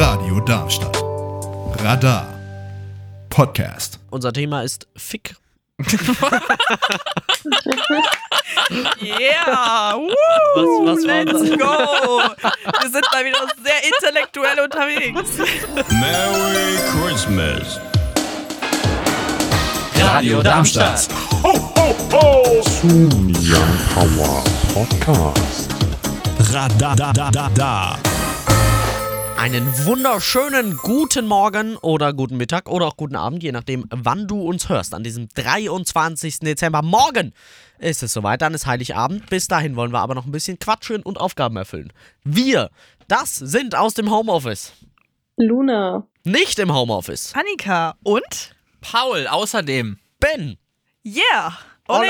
Radio Darmstadt. Radar. Podcast. Unser Thema ist Fick. Yeah! Woo, Was- was war let's das? go! Wir sind mal wieder sehr intellektuell unterwegs. Merry Christmas. Radio Darmstadt. Radar da da da da. Einen wunderschönen guten Morgen oder guten Mittag oder auch guten Abend, je nachdem, wann du uns hörst. An diesem 23. Dezember morgen ist es soweit, dann ist Heiligabend. Bis dahin wollen wir aber noch ein bisschen quatschen und Aufgaben erfüllen. Wir, das sind aus dem Homeoffice. Luna. Nicht im Homeoffice. Annika und? Paul, außerdem. Ben. Yeah! Ola. Ole!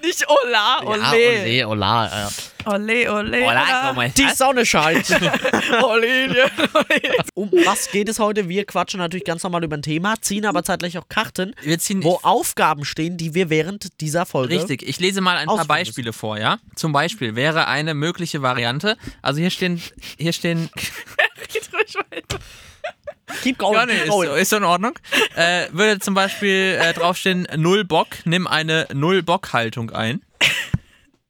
Nicht Ola, Ole! Ja, ole, ola. Äh. Ole, Ole! Oh, Ola. nein, Moment. Die Sonne scheint. um was geht es heute? Wir quatschen natürlich ganz normal über ein Thema, ziehen aber zeitgleich auch Karten, Wir ziehen wo Aufgaben stehen, die wir während dieser Folge. Richtig, ich lese mal ein Ausführen paar Beispiele vor, ja? Zum Beispiel wäre eine mögliche Variante, also hier stehen, hier stehen, Geht ruhig weiter. Keep going. Oh, ja, nee, ist, keep so, going. ist so in Ordnung, äh, würde zum Beispiel äh, draufstehen, null Bock, nimm eine null Bock-Haltung ein.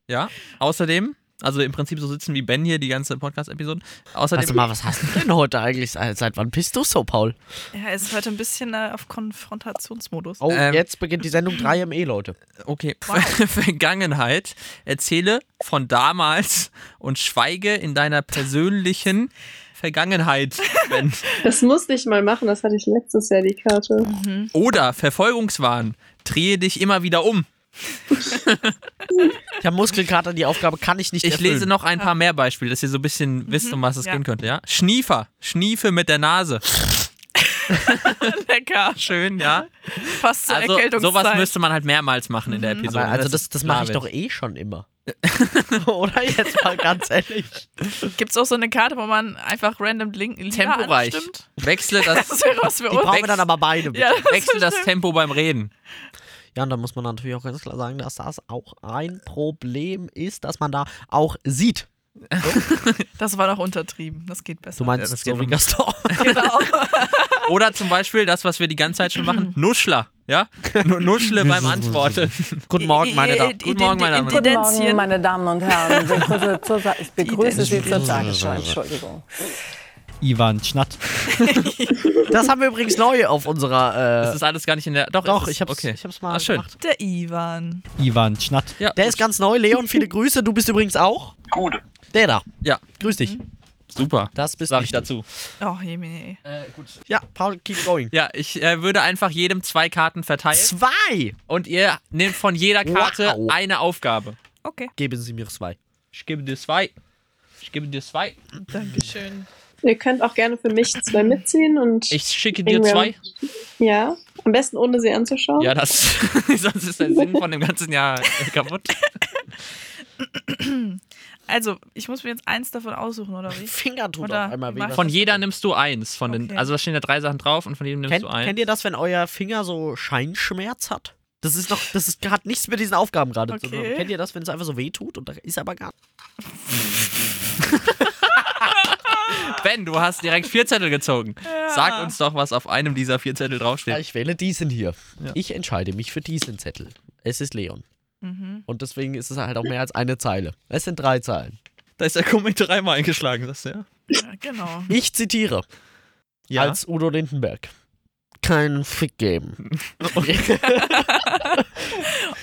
Ja, außerdem, also im Prinzip so sitzen wie Ben hier die ganze Podcast-Episode. Außerdem, Warte mal, was hast du denn heute eigentlich? Seit wann bist du so, Paul? Ja, es ist heute ein bisschen äh, auf Konfrontationsmodus. Oh, Ähm. jetzt beginnt die Sendung 3ME, Leute. Okay, Vergangenheit. Erzähle von damals und schweige in deiner persönlichen Vergangenheit. Ben. Das musste ich mal machen, das hatte ich letztes Jahr die Karte. Oder Verfolgungswahn. Drehe dich immer wieder um. Ich habe Muskelkater, die Aufgabe kann ich nicht Ich erfüllen. lese noch ein paar mehr Beispiele, dass ihr so ein bisschen wisst, um was es Mhm. ja. gehen könnte, ja? Schniefer. Schniefe mit der Nase. Lecker. Schön, ja. Fast zur Also Erkältungszeit. Mhm. sowas müsste man halt mehrmals machen in der Episode. Aber also das, ist das mache ich klar, doch eh schon immer. Oder jetzt mal ganz ehrlich. Gibt's auch so eine Karte, wo man einfach random link lila Temporeich. anstimmt? Wechsle das, Das wäre was für Die uns. brauchen wir dann aber beide. bitte. Ja, das wechsle das Tempo beim Reden. Ja, und da muss man natürlich auch ganz klar sagen, dass das auch ein Problem ist, dass man da auch sieht. Das war noch untertrieben. Das geht besser. Du meinst Ja, das so geht wie um- Gaston. genau. Oder zum Beispiel das, was wir die ganze Zeit schon machen, Nuschler. Ja? Nu- Nuschle beim Antworten. Guten Morgen, meine Damen. Guten Morgen, meine Damen und Herren. Guten Identien. Morgen, meine Damen und Herren. Ich begrüße, zur, Sa- ich begrüße Sie zur Tagesschau. Entschuldigung. Ivan Schnatt. Das haben wir übrigens neu auf unserer. Das Äh, ist alles gar nicht in der. Doch, doch, es ist- ich hab's, okay. ich hab's mal Ah, schön. gemacht. Der Ivan. Ivan Schnatt. Ja, Der ist ganz neu. Leon, viele Grüße. Du bist übrigens auch. Gut. Der da. ja, Grüß dich. super. Das bist Sag ich du. dazu. Oh, Jemine. Ja, Paul, keep going. Ja, ich äh, würde einfach jedem zwei Karten verteilen Zwei! und ihr nehmt von jeder Karte Wow. eine Aufgabe. Okay. Geben Sie mir zwei. Ich gebe dir zwei. Ich gebe dir zwei. Dankeschön. Ihr könnt auch gerne für mich zwei mitziehen und Ich schicke dir bringen wir- zwei. Ja, am besten ohne sie anzuschauen. Ja, das. sonst ist der Sinn von dem ganzen Jahr äh, kaputt. Also, ich muss mir jetzt eins davon aussuchen, oder wie? Finger tut Oder auf einmal weh. mach- Was- Von jeder nimmst du eins. Von den, Okay. Also da stehen ja drei Sachen drauf und von jedem nimmst Kennt, du eins. kennt ihr das, wenn euer Finger so Scheinschmerz hat? Das ist noch, das ist, hat nichts mit diesen Aufgaben gerade zu tun. Okay. Kennt ihr das, wenn es einfach so weh tut und da ist aber gar Ben, du hast direkt vier Zettel gezogen. Sag uns doch, was auf einem dieser vier Zettel Ja, draufsteht. ich wähle diesen hier. Ich entscheide mich für diesen Zettel. Es ist Leon. Mhm. Und deswegen ist es halt auch mehr als eine Zeile. Es sind drei Zeilen. Da ist der Kommentar dreimal eingeschlagen, sagst du, ja? Ja, genau. Ich zitiere als Udo Lindenberg. Keinen Fick geben.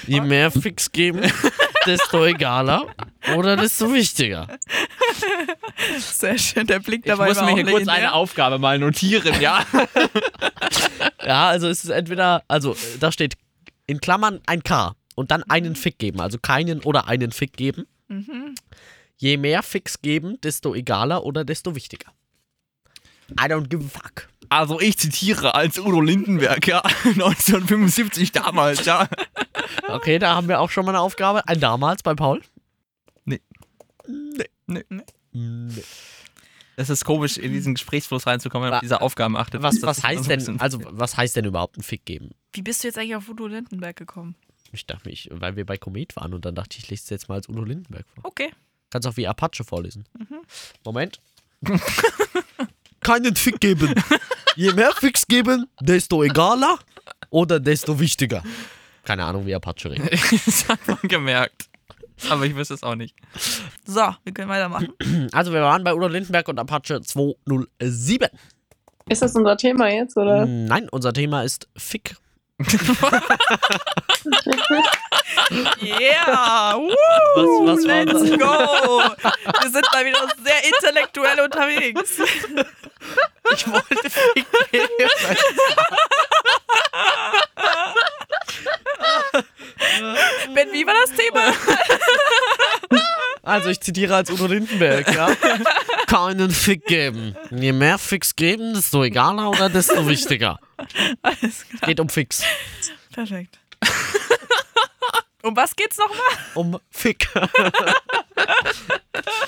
Je mehr Ficks geben, desto egaler oder desto wichtiger. Sehr schön. Der Blick Ich dabei muss war mir auch hier kurz legendär. eine Aufgabe mal notieren, ja? Ja, also es ist entweder, also äh, da steht in Klammern ein K und dann einen Fick geben. Also keinen oder einen Fick geben. Mhm. Je mehr Fix geben, desto egaler oder desto wichtiger. I don't give a fuck. Also ich zitiere als Udo Lindenberg, ja, 1975 damals, ja. Okay, da haben wir auch schon mal eine Aufgabe. Ein damals bei Paul. Nee. Es ist komisch, in diesen Gesprächsfluss reinzukommen, wenn man auf diese Aufgaben achtet. Was, Das was ist also heißt ein bisschen- denn, also was heißt denn überhaupt ein Fick geben? Wie bist du jetzt eigentlich auf Udo Lindenberg gekommen? Ich dachte mich, weil wir bei Komet waren und dann dachte ich, ich lese es jetzt mal als Udo Lindenberg vor. Okay. Kannst auch wie Apache vorlesen. Moment. Keinen Fick geben. Je mehr Ficks geben, desto egaler oder desto wichtiger. Keine Ahnung, wie Apache redet. das hat man gemerkt. Aber ich wüsste es auch nicht. So, wir können weitermachen. Also, wir waren bei Udo Lindenberg und Apache 207. Ist das unser Thema jetzt, oder? Nein, unser Thema ist Fick. Yeah! Woo, Was- was war let's das? go! Wir sind mal wieder sehr intellektuell unterwegs. Ich wollte Ben, wie war das Thema? Also, ich zitiere als Udo Lindenberg, ja. Keinen Fick geben. Je mehr Ficks geben, desto egaler oder desto wichtiger. Alles klar. Geht um Ficks. Perfekt. Um was geht's nochmal? Um Fick.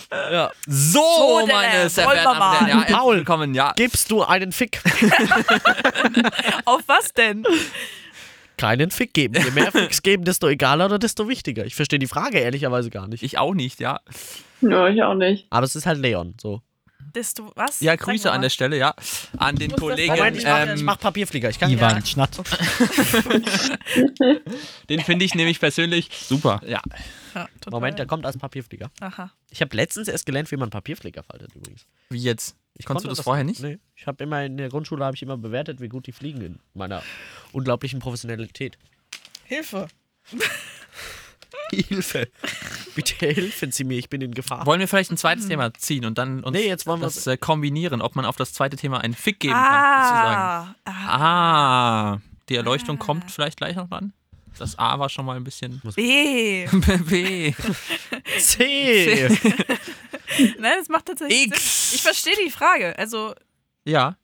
So, So, denn, meine äh, sehr wollen wir verehrten Damen und mal. Herren. Ja, Paul. Willkommen, ja. Gibst du einen Fick? Auf was denn? Keinen Fick geben. Je mehr Ficks geben, desto egaler oder desto wichtiger. Ich verstehe die Frage ehrlicherweise gar nicht. Ich auch nicht, ja. Mhm. Ja, ich auch nicht. Aber es ist halt Leon, so. Desto was? Ja, Sag Grüße mal. an der Stelle, ja. An den muss das Kollegen, sagen. Moment, ich mach, ähm, ich mach Papierflieger. Ich kann Ivan Ja. Schnatt. den finde ich nämlich persönlich super. Ja. Ja, total. Moment, der kommt als Papierflieger. Aha. Ich habe letztens erst gelernt, wie man Papierflieger faltet übrigens. Wie jetzt? Ich Konntest du das vorher nicht? Nee, ich habe immer in der Grundschule habe ich immer bewertet, wie gut die fliegen in meiner unglaublichen Professionalität. Hilfe. Hilfe. Bitte helfen Sie mir, ich bin in Gefahr. Wollen wir vielleicht ein zweites Mhm. Thema ziehen und dann uns Nee, jetzt wollen wir- das äh, kombinieren, ob man auf das zweite Thema einen Fick geben kann, Ah, sozusagen. Ah, die Erleuchtung kommt vielleicht gleich noch an. Das A war schon mal ein bisschen B. B. C. Nein, Ne, das macht tatsächlich X. Sinn. Ich verstehe die Frage. Also, Ja.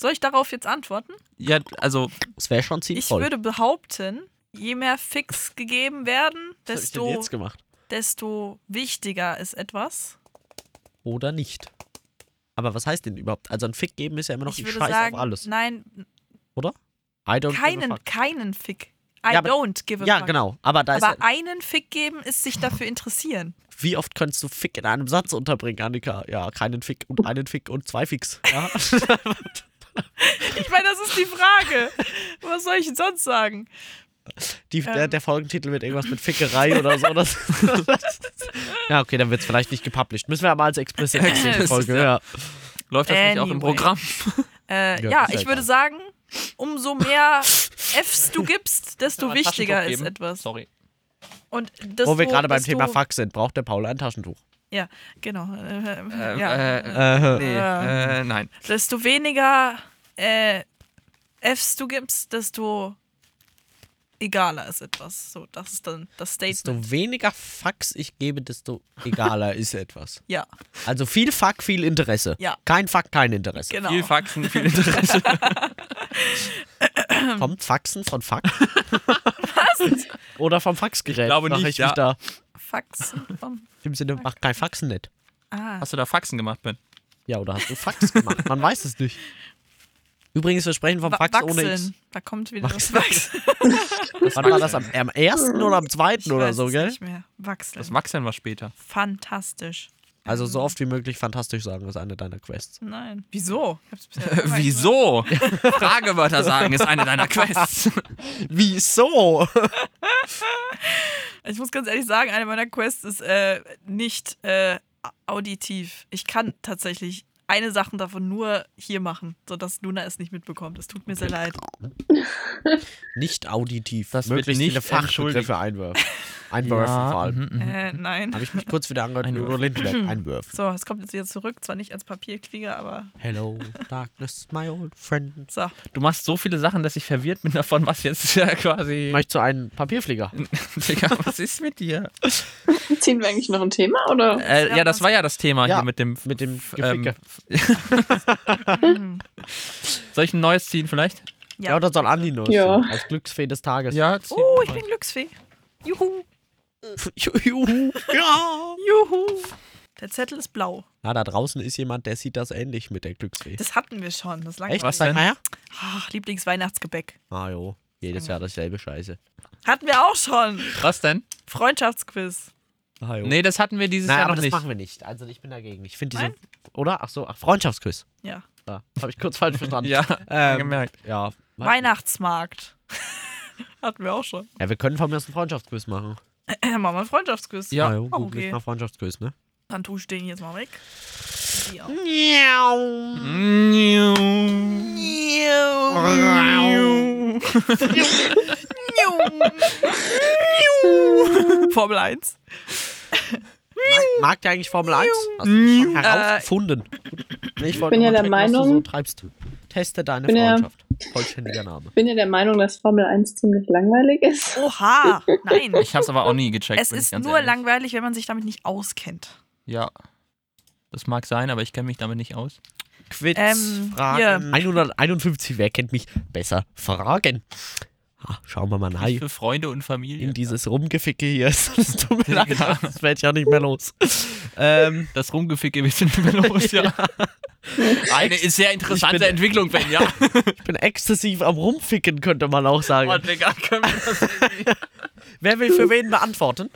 soll ich darauf jetzt antworten? Ja, also Das wäre schon Ich sinnvoll. würde behaupten, je mehr Fix gegeben werden, Was hab ich denn desto, jetzt gemacht? desto wichtiger ist etwas. Oder nicht. Aber was heißt denn überhaupt? Also ein Fick geben ist ja immer noch, ich, ich würde scheiß sagen, auf alles. nein, I don't give a keinen, fuck. keinen Fick. I Ja, aber- don't give a Ja, fuck. genau. Aber da ist Aber ja, einen Fick geben ist sich dafür interessieren. wie oft kannst du Fick in einem Satz unterbringen, Annika? Ja, keinen Fick und einen Fick und zwei Ficks. Ja. Ich meine, das ist die Frage. Was soll ich denn sonst sagen? Die, der, Ähm. der Folgentitel wird irgendwas mit Fickerei oder so. Das, ja, okay, dann wird es vielleicht nicht gepublished. Müssen wir aber als explizit Folge. Ja. läuft das nicht auch Anyway. im Programm? Äh, Ja, ja, ist halt ja ich würde egal. sagen, umso mehr Fs du gibst, desto wichtiger Taschentuch ist geben. etwas. Sorry. Und desto, Wo wir gerade beim desto- Thema Fuck sind, braucht der Paul ein Taschentuch. Ja, genau. Äh, Ähm, ja. Ah. äh, nee, äh, nein. desto weniger äh, Fs du gibst, desto egaler ist etwas. So, das ist dann das Statement. Desto weniger Fucks ich gebe, desto egaler ist etwas. Ja, Also viel Fuck, viel Interesse. Ja. Kein Fuck, kein Interesse. genau. Viel Faxen, viel Interesse. Kommt Faxen von Fuck? Oder vom Faxgerät? Glaube Frag nicht, ich ja. mich da. Faxen. vom- Im Sinne, mach kein Faxen nicht. Ah, Hast du da Faxen gemacht, Ben? Ja, oder hast du Fax gemacht? Man weiß es nicht. Übrigens, wir sprechen vom Wa- Fax ohne X. Wachseln. Da kommt wieder das Wachseln. Wann war das? Am, am ersten oder am zweiten Ich oder weiß so, es gell? Nicht mehr. Das Wachseln. Wachseln war später. Fantastisch. Also so oft wie möglich fantastisch sagen, ist eine deiner Quests. Nein. Wieso? Ich hab's bisher immer Wieso? Fragewörter sagen ist eine deiner Quests. Wieso? gemacht. Ich muss ganz ehrlich sagen, eine meiner Quests ist äh, nicht äh, auditiv. Ich kann tatsächlich eine Sache davon nur hier machen, sodass Luna es nicht mitbekommt. Es tut mir sehr leid. Nicht auditiv. Das wird möglichst nicht viele mhm. Fachbegriffe einwerfen. Einwerfen vor allem. Äh, nein. Habe Mhm. ich mich kurz wieder angehört wie Udo Lindenberg. Einwerfen. So, es kommt jetzt wieder zurück, zwar nicht als Papierkrieger, aber Hello, darkness, my old friend. so. Du machst so viele Sachen, dass ich verwirrt bin davon, was jetzt ja quasi. Möchtest du einen Papierflieger? Digga, was ist mit dir? Ziehen wir eigentlich noch ein Thema, oder? Äh, ja, das war ja das Thema Ja, hier mit dem. mit dem f- ähm, Geficke. Soll ich ein neues ziehen vielleicht? Ja, Ja. oder soll Andi nur Ja. sehen, als Glücksfee des Tages? Ja, Oh, ich bin Glücksfee. Juhu, Juhu. ja. juhu. Der Zettel ist blau. Na, da draußen ist jemand, der sieht das ähnlich mit der Glücksfee. Das hatten wir schon. Das lange. Echt? Was Sag denn? mal her. Ach, Lieblingsweihnachtsgebäck. Ah jo, jedes Jahr dasselbe Scheiße. Hatten wir auch schon. Was denn? Freundschaftsquiz. Ah, jo. Nee, das hatten wir dieses Nein, Jahr aber noch das nicht. machen wir nicht. Also ich bin dagegen. Ich finde diese. Nein? Oder? Ach so, ach, Freundschaftsquiz. Ja. Ja, habe ich kurz falsch verstanden. Ja, Ähm, gemerkt. Ja. Weihnachtsmarkt. Hatten wir auch schon. Ja, wir können von mir aus einen Freundschaftsquiz machen. Äh, machen wir einen Freundschaftsquiz. Ja. jo, Oh, googelt okay. mal Freundschaftsquiz, ne? Dann tue ich den jetzt mal weg. Ja. Formel 1. Mag, mag der eigentlich Formel 1? Hast du Äh, schon herausgefunden. Gut. Nee, ich wollte bin ja nur mal der checken, was du so Meinung- treibst. Teste deine bin ja- Freundschaft. Vollständiger Name. Ich bin ja der Meinung, dass Formel 1 ziemlich langweilig ist. Oha, nein. Ich hab's aber auch nie gecheckt. Es bin ich ist ganz nur ehrlich. langweilig, wenn man sich damit nicht auskennt. Ja. Das mag sein, aber ich kenne mich damit nicht aus. Quiz, Ähm, Fragen. hier. 151, wer kennt mich besser? Fragen. Ah, schauen wir mal Nicht rein. für Freunde und In Familie. dieses Rumgeficke hier. Es tut mir leid, Ja. das werde ich auch nicht mehr los. Ähm, Das Rumgeficke wir sind nicht mehr los, ja. Eine ist sehr Ich interessante bin- Entwicklung, Ben, ja. ich bin exzessiv am Rumficken, könnte man auch sagen. Oh, Digga, können wir das irgendwie- Wer will für wen beantworten?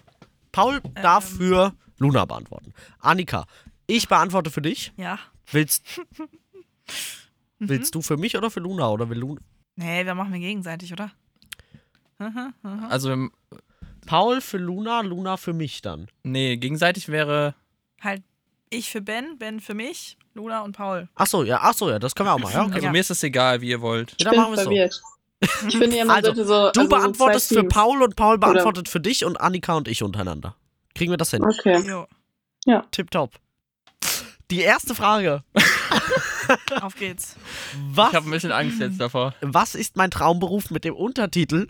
Paul darf für Luna beantworten. Annika, ich beantworte für dich. Ja. Willst, willst du für mich oder für Luna? Oder will Luna? Nee, wir machen wir gegenseitig, oder? Mhm. Aha, aha. Also, ähm, Paul für Luna, Luna für mich dann. nee, gegenseitig wäre. Halt ich für Ben, Ben für mich, Luna und Paul. Achso, ja, achso, ja, das können wir auch mal. Ja, okay. Also, Ja. mir ist das egal, wie ihr wollt. Ja, Ich dann bin machen wir's so. verwirrt. Ich bin ja immer Also, sollte so. Du also so zwei beantwortest für Teams. Paul und Paul beantwortet für dich und Annika und ich untereinander. Kriegen wir das hin? Okay. Jo, Tipptopp. Die erste Frage. auf geht's. Ich Was, habe ein bisschen Angst jetzt davor. was ist mein Traumberuf mit dem Untertitel?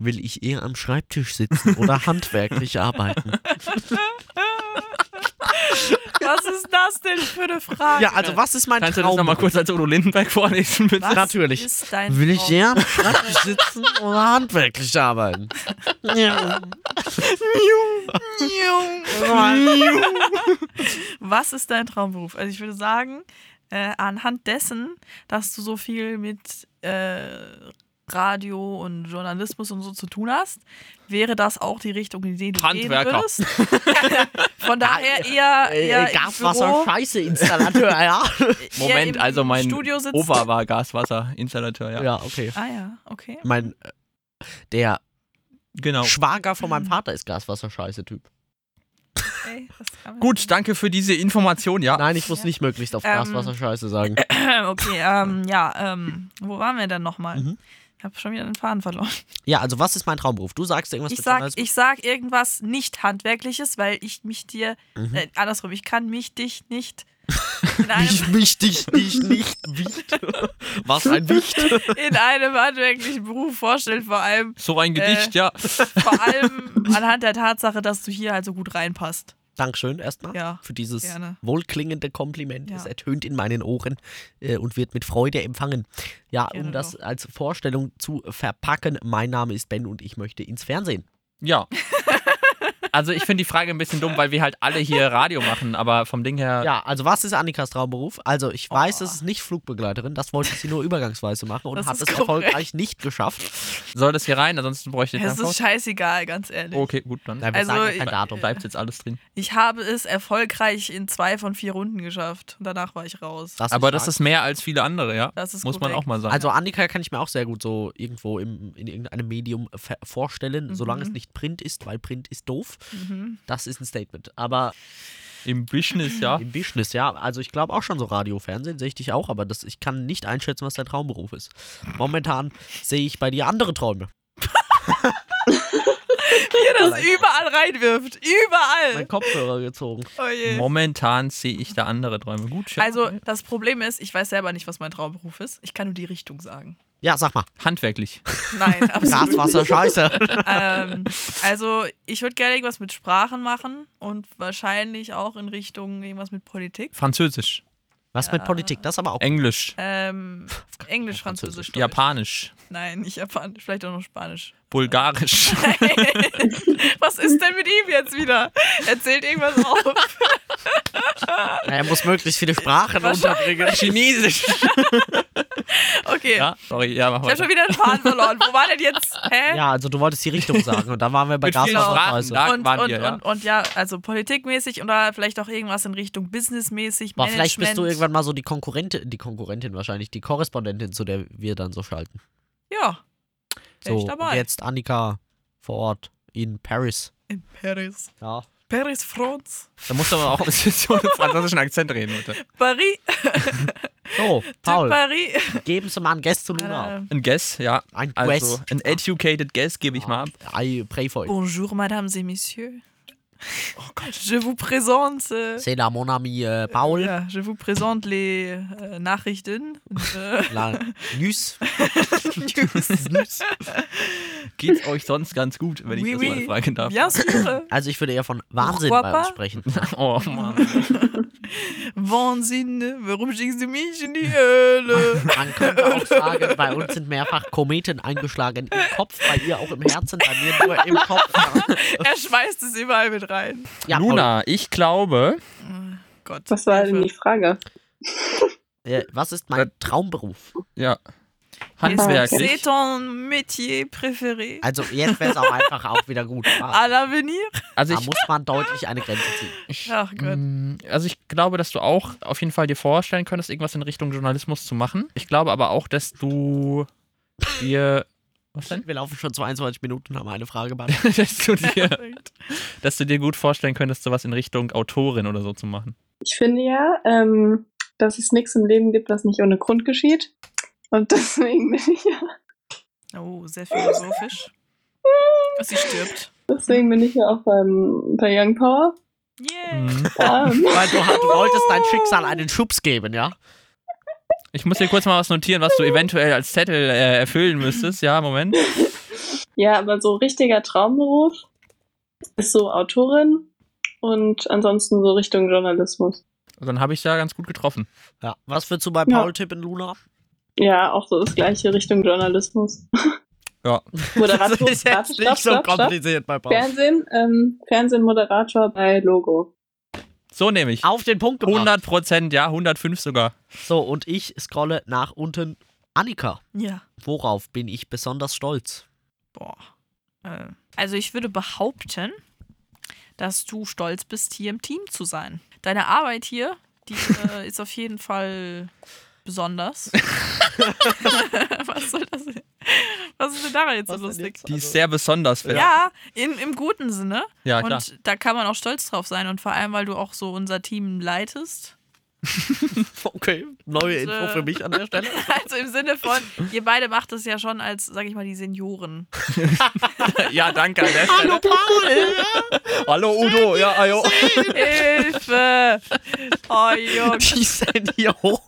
Will ich eher am Schreibtisch sitzen oder handwerklich arbeiten? Was ist das denn für eine Frage? Ja, also was ist mein Kannst du das Traum? nochmal kurz als Udo Lindenberg vorlesen, bitte? was natürlich. Ist dein Will ich Traum? sehr am Schreibtisch sitzen oder handwerklich arbeiten? Ja. Was ist dein Traumberuf? Also ich würde sagen, äh, anhand dessen, dass du so viel mit äh, Radio und Journalismus und so zu tun hast, wäre das auch die Richtung, in die du Handwerker. gehen würdest. Von daher eher, eher Äh, im Büro, Gaswasser, Scheiße, Installateur, ja. eher Moment, im also mein Studio sitzt. Opa war Gaswasserinstallateur, ja. Ja, okay. Ah ja, okay. Mein, äh, der Genau. Schwager von meinem Vater ist Gaswasser-Scheiße-Typ. Ey, das kann man- Gut, danke für diese Information, Ah. ja. Nein, ich muss Ja. nicht möglichst auf Ähm, Gaswasser-Scheiße sagen. Okay, ähm, ja, ähm, wo waren wir denn nochmal? Mhm. Ich habe schon wieder den Faden verloren. Ja, also was ist mein Traumberuf? Du sagst irgendwas Ich mit sag, Journalismus. ich sag irgendwas nicht handwerkliches, weil ich mich dir Mhm. äh, andersrum, ich kann mich dich nicht in einem, Nicht wichtig, nicht, nicht wicht. Was ein Wicht. in einem handwerklichen Beruf vorstellen, vor allem, So ein Gedicht, ja. vor allem anhand der Tatsache, dass du hier halt so gut reinpasst. Dankeschön erstmal Ja, für dieses gerne. wohlklingende Kompliment. Ja. Es ertönt in meinen Ohren äh, und wird mit Freude empfangen. Ja, Gerne um das als Vorstellung zu verpacken, mein Name ist Ben und ich möchte ins Fernsehen. Ja. Also ich finde die Frage ein bisschen dumm, weil wir halt alle hier Radio machen, aber vom Ding her. Ja, also was ist Annikas Traumberuf? Also ich Oh. weiß, es ist nicht Flugbegleiterin, das wollte sie nur übergangsweise machen und Das hat es ist korrekt. erfolgreich nicht geschafft. Soll das hier rein? Ansonsten bräuchte ich Es einfach. ist scheißegal, ganz ehrlich. Okay, gut, dann Nein, wir Also, sagen ja kein ich- Datum. bleibt jetzt alles drin. Ich habe es erfolgreich in zwei von vier Runden geschafft. Und danach war ich raus. Das Aber nicht das wahr. ist mehr als viele andere, ja. Das ist Muss man korrekt. auch mal sagen. Also Annika kann ich mir auch sehr gut so irgendwo im, in irgendeinem Medium ver- vorstellen, solange es nicht Print ist, weil Print ist doof. Das ist ein Statement. Aber Im Business, ja. im Business, ja, also ich glaube auch schon so Radio, Fernsehen, sehe ich dich auch, aber das, ich kann nicht einschätzen, was dein Traumberuf ist. Momentan sehe ich bei dir andere Träume. Hier das überall reinwirft. Überall. Mein Kopfhörer gezogen. Oh je. Momentan sehe ich da andere Träume. Gut, schön. Also, das Problem ist, ich weiß selber nicht, was mein Traumberuf ist. Ich kann nur die Richtung sagen. Ja, sag mal. handwerklich. Nein, absolut. Gaswasser, scheiße. ähm, also, ich würde gerne irgendwas mit Sprachen machen und wahrscheinlich auch in Richtung irgendwas mit Politik. Französisch, Was mit Politik? Das aber auch. Englisch, Ähm, Englisch, Französisch. Deutsch. Japanisch, Nein, nicht Japanisch. Vielleicht auch noch Spanisch. Bulgarisch. Was ist denn mit ihm jetzt wieder? Erzählt irgendwas auf. Er muss möglichst viele Sprachen unterbringen. Chinesisch. Okay. Ja, sorry, ja, machen Ich wir. habe schon wieder einen Faden verloren. Wo war denn jetzt? Hä? Ja, also du wolltest die Richtung sagen und da waren wir bei Mit vielen Gasverbrauch. Fragen, da und, waren und, wir, ja. Und, und ja, also politikmäßig oder vielleicht auch irgendwas in Richtung businessmäßig. Boah, vielleicht bist du Management. irgendwann mal so die Konkurrentin, die Konkurrentin wahrscheinlich, die Korrespondentin, zu der wir dann so schalten. Ja. Wär So, ich dabei. und jetzt Annika vor Ort in Paris. In Paris. Ja. Paris, France. Da musst du aber auch ein bisschen mit französischen Akzent reden, Leute. Paris. So, Paul. Paul, Paris. geben Sie mal ein Guess zu Luna ab. Äh, Ein Guess, ja. Ein Also, Guess. ein educated Guess gebe ich mal ab. I pray for you. bonjour, mesdames et messieurs. Oh Gott. Je vous présente. äh, C'est la mon ami äh, Paul. Ja, je vous présente les äh, Nachrichten. Äh, La News. Geht's euch sonst ganz gut, wenn ich Oui, das oui. mal fragen darf? bien sûr. Also ich würde eher von Wahnsinn Pourquoi bei uns pas? sprechen. Oh Mann. Wahnsinn. Warum schickst du mich in die Höhle? Man könnte auch sagen, bei uns sind mehrfach Kometen eingeschlagen im Kopf, bei ihr auch im Herzen, bei mir nur im Kopf. er schmeißt es überall mit rein. Ja, Luna, ich glaube, Gott. Was war denn die Hilfe. Frage? Paul, äh, was ist mein Traumberuf? ja. Ah, C'est Ah. Handwerklich. ton métier préféré Also jetzt wäre es auch einfach auch wieder gut. Ah, à l'avenir? Ah, Also Da ich, muss man deutlich eine Grenze ziehen. Ach Gott. Mm, Also ich glaube, dass du auch auf jeden Fall dir vorstellen könntest, irgendwas in Richtung Journalismus zu machen. Ich glaube aber auch, dass du dir was denn? Wir laufen schon 22 Minuten, haben eine Frage beantwortet. dass, du dir, Perfekt. dass du dir gut vorstellen könntest, sowas in Richtung Autorin oder so zu machen. Ich finde ja, ähm, dass es nichts im Leben gibt, was nicht ohne Grund geschieht. Und deswegen bin ich ja, Oh, sehr philosophisch. Sie stirbt. deswegen bin ich ja auch beim, bei Young Power. Yeah. Mhm. Ähm, Weil du, du wolltest dein Schicksal einen Schubs geben, ja? Ich muss dir kurz mal was notieren, was du eventuell als Zettel äh, erfüllen müsstest. Ja, Moment. ja, aber so richtiger Traumberuf ist so Autorin und ansonsten so Richtung Journalismus. Dann habe ich da ganz gut getroffen. ja. Was würdest du bei Ja. Paul tippen, Luna? Ja, auch so das gleiche Richtung Journalismus. Ja. Moderator. das ist Warte, jetzt stopp, nicht so stopp, stopp. kompliziert bei Paul. Fernsehen, ähm, Fernsehmoderator bei Logo. So nehme ich. Auf den Punkt gebracht. 100 Prozent, ja, 105 sogar. So, und ich scrolle nach unten. Annika, Ja. worauf bin ich besonders stolz? Boah. Äh, Also ich würde behaupten, dass du stolz bist, hier im Team zu sein. Deine Arbeit hier, die äh, ist auf jeden Fall besonders. Was soll das denn? Was ist denn daran jetzt so lustig? Die ist sehr besonders. Phil. Also- Ja, im, im guten Sinne. ja klar. und da kann man auch stolz drauf sein. Und vor allem, weil du auch so unser Team leitest. Okay, neue Und, Info äh, für mich an der Stelle. Also im Sinne von, ihr beide macht das ja schon als, sag ich mal, die Senioren. Ja, danke an der Stelle. Paul! Hallo Udo, ja, ajo. Hilfe! Oh Junge. Die sind hier hoch.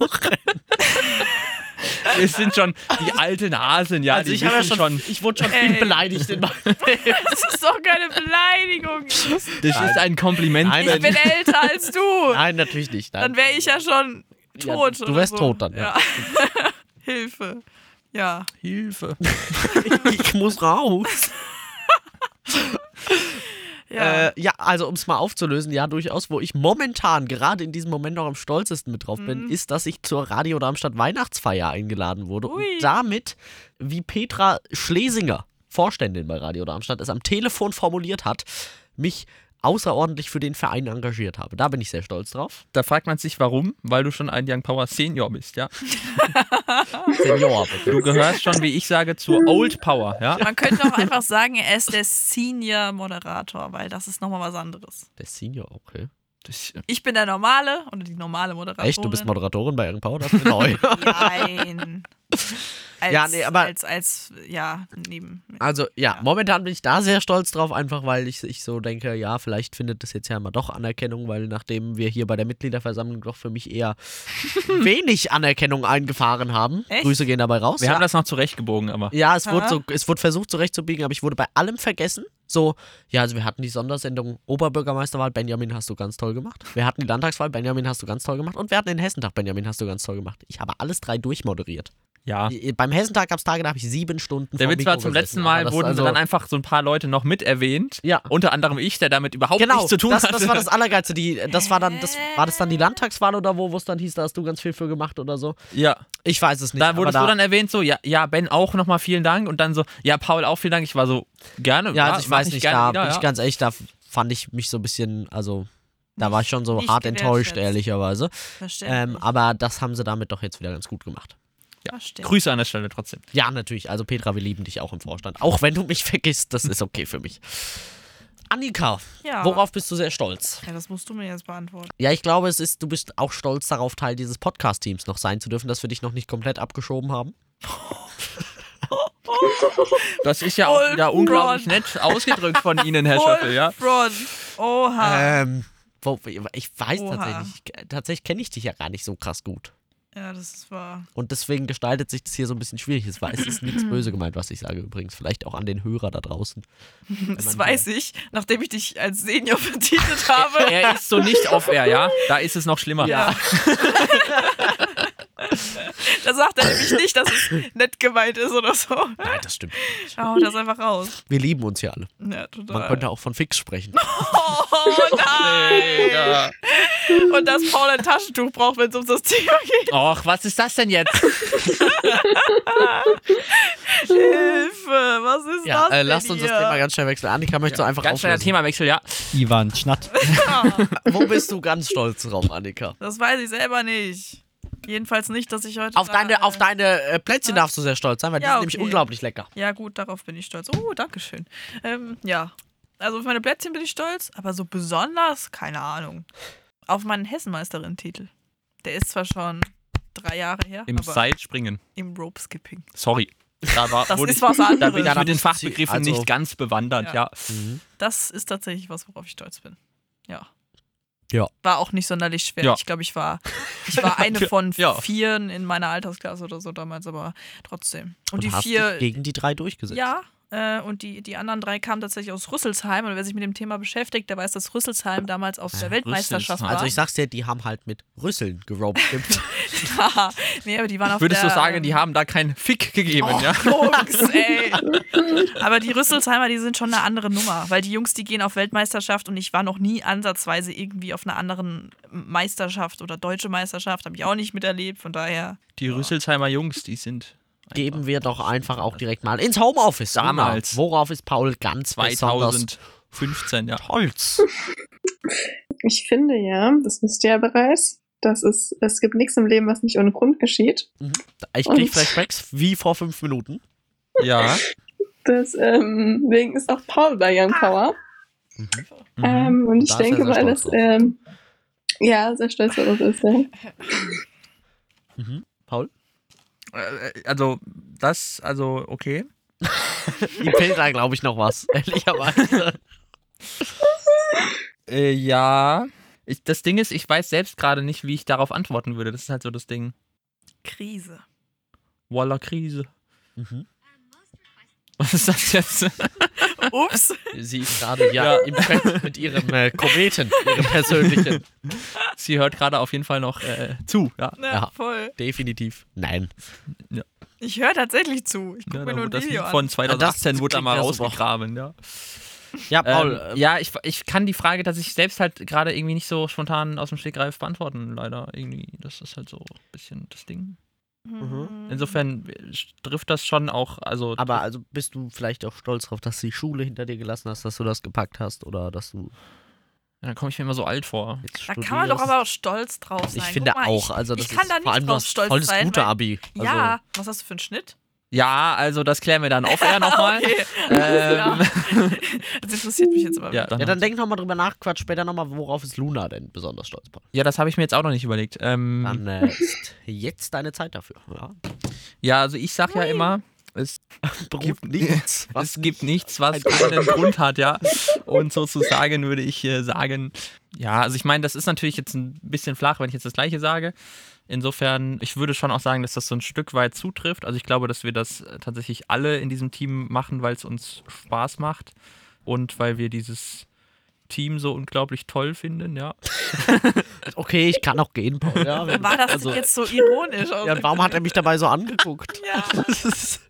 Wir sind schon die alten Hasen, ja, also die ich, habe ja wissen schon, schon. ich wurde schon Ey. viel beleidigt in meinem Das ist doch keine Beleidigung. Ich Das ist ein Kompliment. Nein, Ben. bin älter als du. Nein, natürlich nicht. Nein. Dann wäre ich ja schon Ja, tot. du oder wärst so. tot dann, ja. Hilfe. Ja. Hilfe. ich muss raus. ja. Äh, ja, also um es mal aufzulösen, ja, durchaus, wo ich momentan, gerade in diesem Moment noch am stolzesten mit drauf bin, Mhm. ist, dass ich zur Radio Darmstadt Weihnachtsfeier eingeladen wurde Ui. und damit, wie Petra Schlesinger, Vorständin bei Radio Darmstadt, es am Telefon formuliert hat, mich außerordentlich für den Verein engagiert habe. Da bin ich sehr stolz drauf. Da fragt man sich, warum? Weil du schon ein Young Power Senior bist, ja. Senior. Du gehörst schon, wie ich sage, zu Old Power, ja. Man könnte auch einfach sagen, er ist der Senior-Moderator, weil das ist nochmal was anderes. Der Senior, okay. Das, Ich bin der normale oder die normale Moderatorin. Echt, du bist Moderatorin bei Young Power? Das ist mir neu. Nein. Als, Ja, nee, aber- als, als, ja, neben. Also ja, momentan bin ich da sehr stolz drauf, einfach weil ich, ich so denke, ja, vielleicht findet das jetzt ja mal doch Anerkennung, weil nachdem wir hier bei der Mitgliederversammlung doch für mich eher wenig Anerkennung eingefahren haben. Echt? Grüße gehen dabei raus. wir ja. haben das noch zurechtgebogen, aber. Ja, es wurde, Aha. so, es wurde versucht zurechtzubiegen, aber ich wurde bei allem vergessen. So, ja, also wir hatten die Sondersendung Oberbürgermeisterwahl, Benjamin hast du ganz toll gemacht. Wir hatten die Landtagswahl, Benjamin hast du ganz toll gemacht. Und wir hatten den Hessentag, Benjamin hast du ganz toll gemacht. Ich habe alles drei durchmoderiert. Ja. Beim Hessentag gab es Tage, da habe ich sieben Stunden Der vor Witz Mikro war zum letzten gesessen, aber Mal, das- wurden also, dann einfach so ein paar Leute noch mit erwähnt. Ja. Unter anderem ich, der damit überhaupt Genau, nichts zu tun das, hatte. das war das Allergeilste. Die, das war dann, das, war das dann die Landtagswahl oder wo, wo es dann hieß, da hast du ganz viel für gemacht oder so? ja. Ich weiß es nicht. Da wurde aber es so dann erwähnt, so, ja, ja Ben auch nochmal vielen Dank und dann so, ja, Paul auch vielen Dank. Ich war so, gerne. Ja, also ich mach weiß nicht, gerne da wieder, bin ich ja. ganz ehrlich, da fand ich mich so ein bisschen, also da war ich schon so nicht hart enttäuscht, gewertschätzt. ehrlicherweise. Ähm, Verständlich. aber das haben sie damit doch jetzt wieder ganz gut gemacht. Verständlich. Grüße an der Stelle trotzdem. Ja, natürlich. Also Petra, wir lieben dich auch im Vorstand. Auch wenn du mich vergisst, das ist okay für mich. Annika, Ja. worauf bist du sehr stolz? Ja, das musst du mir jetzt beantworten. Ja, ich glaube, es ist, du bist auch stolz darauf, Teil dieses Podcast-Teams noch sein zu dürfen, dass wir dich noch nicht komplett abgeschoben haben. Das ist ja Oh auch Voll wieder unglaublich Fraud. nett ausgedrückt von Ihnen, Herr Schöffel, ja. Wolfron. Oha. Ähm, wo, ich weiß Ah. Oha. tatsächlich, tatsächlich kenne ich dich ja gar nicht so krass gut. Ja, das war. Und deswegen gestaltet sich das hier so ein bisschen schwierig. Es, war, es ist nichts böse gemeint, was ich sage übrigens. Vielleicht auch an den Hörer da draußen. Das weiß ich, nachdem ich dich als Senior vertitelt habe. Er ist so nicht auf er, ja. Da ist es noch schlimmer. Ja. Da sagt er nämlich nicht, dass es nett gemeint ist oder so. Nein, das stimmt. Hau das einfach raus. Wir lieben uns ja alle. Ja, Man total. könnte auch von Fix sprechen. Oh nein! Ja. Und dass Paul ein Taschentuch braucht, wenn es um das Thema geht. Och, was ist das denn jetzt? Hilfe, was ist Ja, das? äh, denn lasst uns hier? das Thema ganz schnell wechseln. Annika, möchtest du einfach Ganz schneller auflösen? Themawechsel, ja. Ivan Schnatt. Wo bist du ganz stolz drauf, Annika? Das weiß ich selber nicht. Jedenfalls nicht, dass ich heute. Auf da, deine, äh, auf deine äh, Plätzchen darfst du sehr stolz sein, weil Ja, die sind nämlich okay. unglaublich lecker. Ja, gut, darauf bin ich stolz. Oh, danke schön. Ähm, ja. Also auf meine Plätzchen bin ich stolz, aber so besonders, keine Ahnung. Auf meinen Hessenmeisterin-Titel. Der ist zwar schon drei Jahre her, Im aber Seilspringen. im Rope Skipping. Sorry. Da war, Das wurde ist ich, was Da anderes. bin ich Ja, da mit den bist du- Fachbegriffen also- nicht ganz bewandert, ja. Ja. Mhm. Das ist tatsächlich was, worauf ich stolz bin. Ja. Ja. War auch nicht sonderlich schwer. Ja. Ich glaube, ich war, ich war eine von Ja. vieren in meiner Altersklasse oder so damals, aber trotzdem. Und, die hast vier dich gegen die drei durchgesetzt. Ja, äh, und die, die anderen drei kamen tatsächlich aus Rüsselsheim. Und wer sich mit dem Thema beschäftigt, der weiß, dass Rüsselsheim damals Äh, auf der Weltmeisterschaft war. Also ich sag's dir, die haben halt mit Rüsseln gerobt. Haha. nee, aber die waren auf Würdest der, du sagen, die ähm, haben da keinen Fick gegeben, Oh. ja? Jungs, ey. Aber die Rüsselsheimer, die sind schon eine andere Nummer, weil die Jungs, die gehen auf Weltmeisterschaft und ich war noch nie ansatzweise irgendwie auf einer anderen Meisterschaft oder deutsche Meisterschaft, habe ich auch nicht miterlebt, von daher. Die Rüsselsheimer Jungs, die sind Geben wir doch einfach auch direkt mal ins Homeoffice. Damals. Anna, Worauf ist Paul ganz besonders 2015, ja. stolz? Ich finde ja, das wisst ihr ja bereits, dass es, es gibt nichts im Leben, was nicht ohne Grund geschieht. Ich Und- krieg Flashbacks wie vor fünf Minuten. Ja. Das, ähm, deswegen ist auch Paul bei Young Power. Mhm. Ähm, und ich Da ist er sehr denke mal, stolz dass, drauf. ähm, ja, sehr stolz darauf ist, ja. Paul? Äh, Also, das, also, okay. Ihm fehlt da, glaube ich, noch was. Ehrlicherweise. Äh, ja. Ich, das Ding ist, ich weiß selbst gerade nicht, wie ich darauf antworten würde. Das ist halt so das Ding. Krise. Walla Krise. Mhm. Was ist das jetzt? Ups. Sie ist gerade ja, im Bett mit ihrem äh, Kometen, ihrem persönlichen. Sie hört gerade auf jeden Fall noch äh, zu, ja. Na, Ja. ne, voll. Definitiv. Nein. Ich höre tatsächlich zu. Ich gucke ja mir da nur ein wurde das Lied Video von an. 2018 Das wurde da mal klingt ja super. rausgegraben, ja. Ja, Paul, ähm, äh, ja, ich, ich kann die Frage, dass ich selbst halt gerade irgendwie nicht so spontan aus dem Stegreif beantworten, leider irgendwie. Das ist halt so ein bisschen das Ding. Mhm. Insofern trifft das schon auch, also aber also bist du vielleicht auch stolz darauf, dass du die Schule hinter dir gelassen hast, dass du das gepackt hast oder dass du dann komme ich mir immer so alt vor. jetzt Da studierst? kann man doch aber auch stolz drauf sein. ich Guck finde mal, auch, ich- also das ich kann ist da nicht vor allem drauf was stolz volles sein, gute weil- Abi. Also, Ja, was hast du für einen Schnitt? Ja, also das klären wir dann off air nochmal. Okay. Ja. ähm, Das interessiert mich jetzt aber. ja, dann Ja, dann denk nochmal drüber nach, quatsch später nochmal, worauf ist Luna denn besonders stolz, Paul? ja, das habe ich mir jetzt auch noch nicht überlegt. Ähm, Dann äh, ist jetzt deine Zeit dafür. Ja. Ja, also ich sag ja immer, es, Beruht nichts. es gibt nichts, was keinen Grund hat, ja. Und sozusagen würde ich äh, sagen, ja, also ich meine, das ist natürlich jetzt ein bisschen flach, wenn ich jetzt das gleiche sage. Insofern, ich würde schon auch sagen, dass das so ein Stück weit zutrifft. Also ich glaube, dass wir das äh, tatsächlich alle in diesem Team machen, weil es uns Spaß macht und weil wir dieses Team so unglaublich toll finden, ja. Okay, ich kann auch gehen, Paul. Ja, wenn- War das jetzt so ironisch? Also, Oh ja, und warum hat er mich dabei so angeguckt? Ja. Das ist-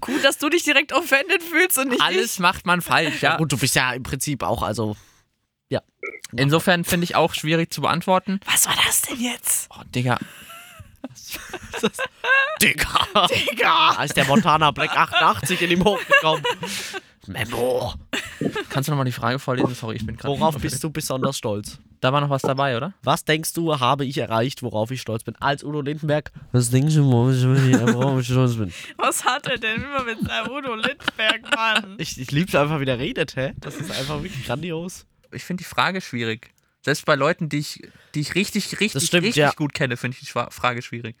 Gut, dass du dich direkt offended fühlst und nicht Alles macht man falsch, ja. Gut, du bist ja im Prinzip auch, also. Insofern finde ich auch schwierig zu beantworten. ich. Was war das denn jetzt? Oh, Digga. Digga! Digga! Da ist der Montana Black 88 in ihm hochgekommen. Memo! Kannst du nochmal die Frage vorlesen? Sorry, ich bin gerade. Worauf bist du besonders stolz? Da war noch was dabei, oder? Was denkst du, habe ich erreicht, worauf ich stolz bin? Als Udo Lindenberg, was denkst du, worauf ich, worauf ich stolz bin? Was hat er denn immer mit seinem Udo Lindberg, Mann? Ich, ich lieb's einfach, wie der redet, hä? Das ist einfach wirklich grandios. Ich finde die Frage schwierig. Selbst bei Leuten, die ich, die ich richtig, richtig, stimmt, richtig ja. gut kenne, finde ich die Schwa- Frage schwierig.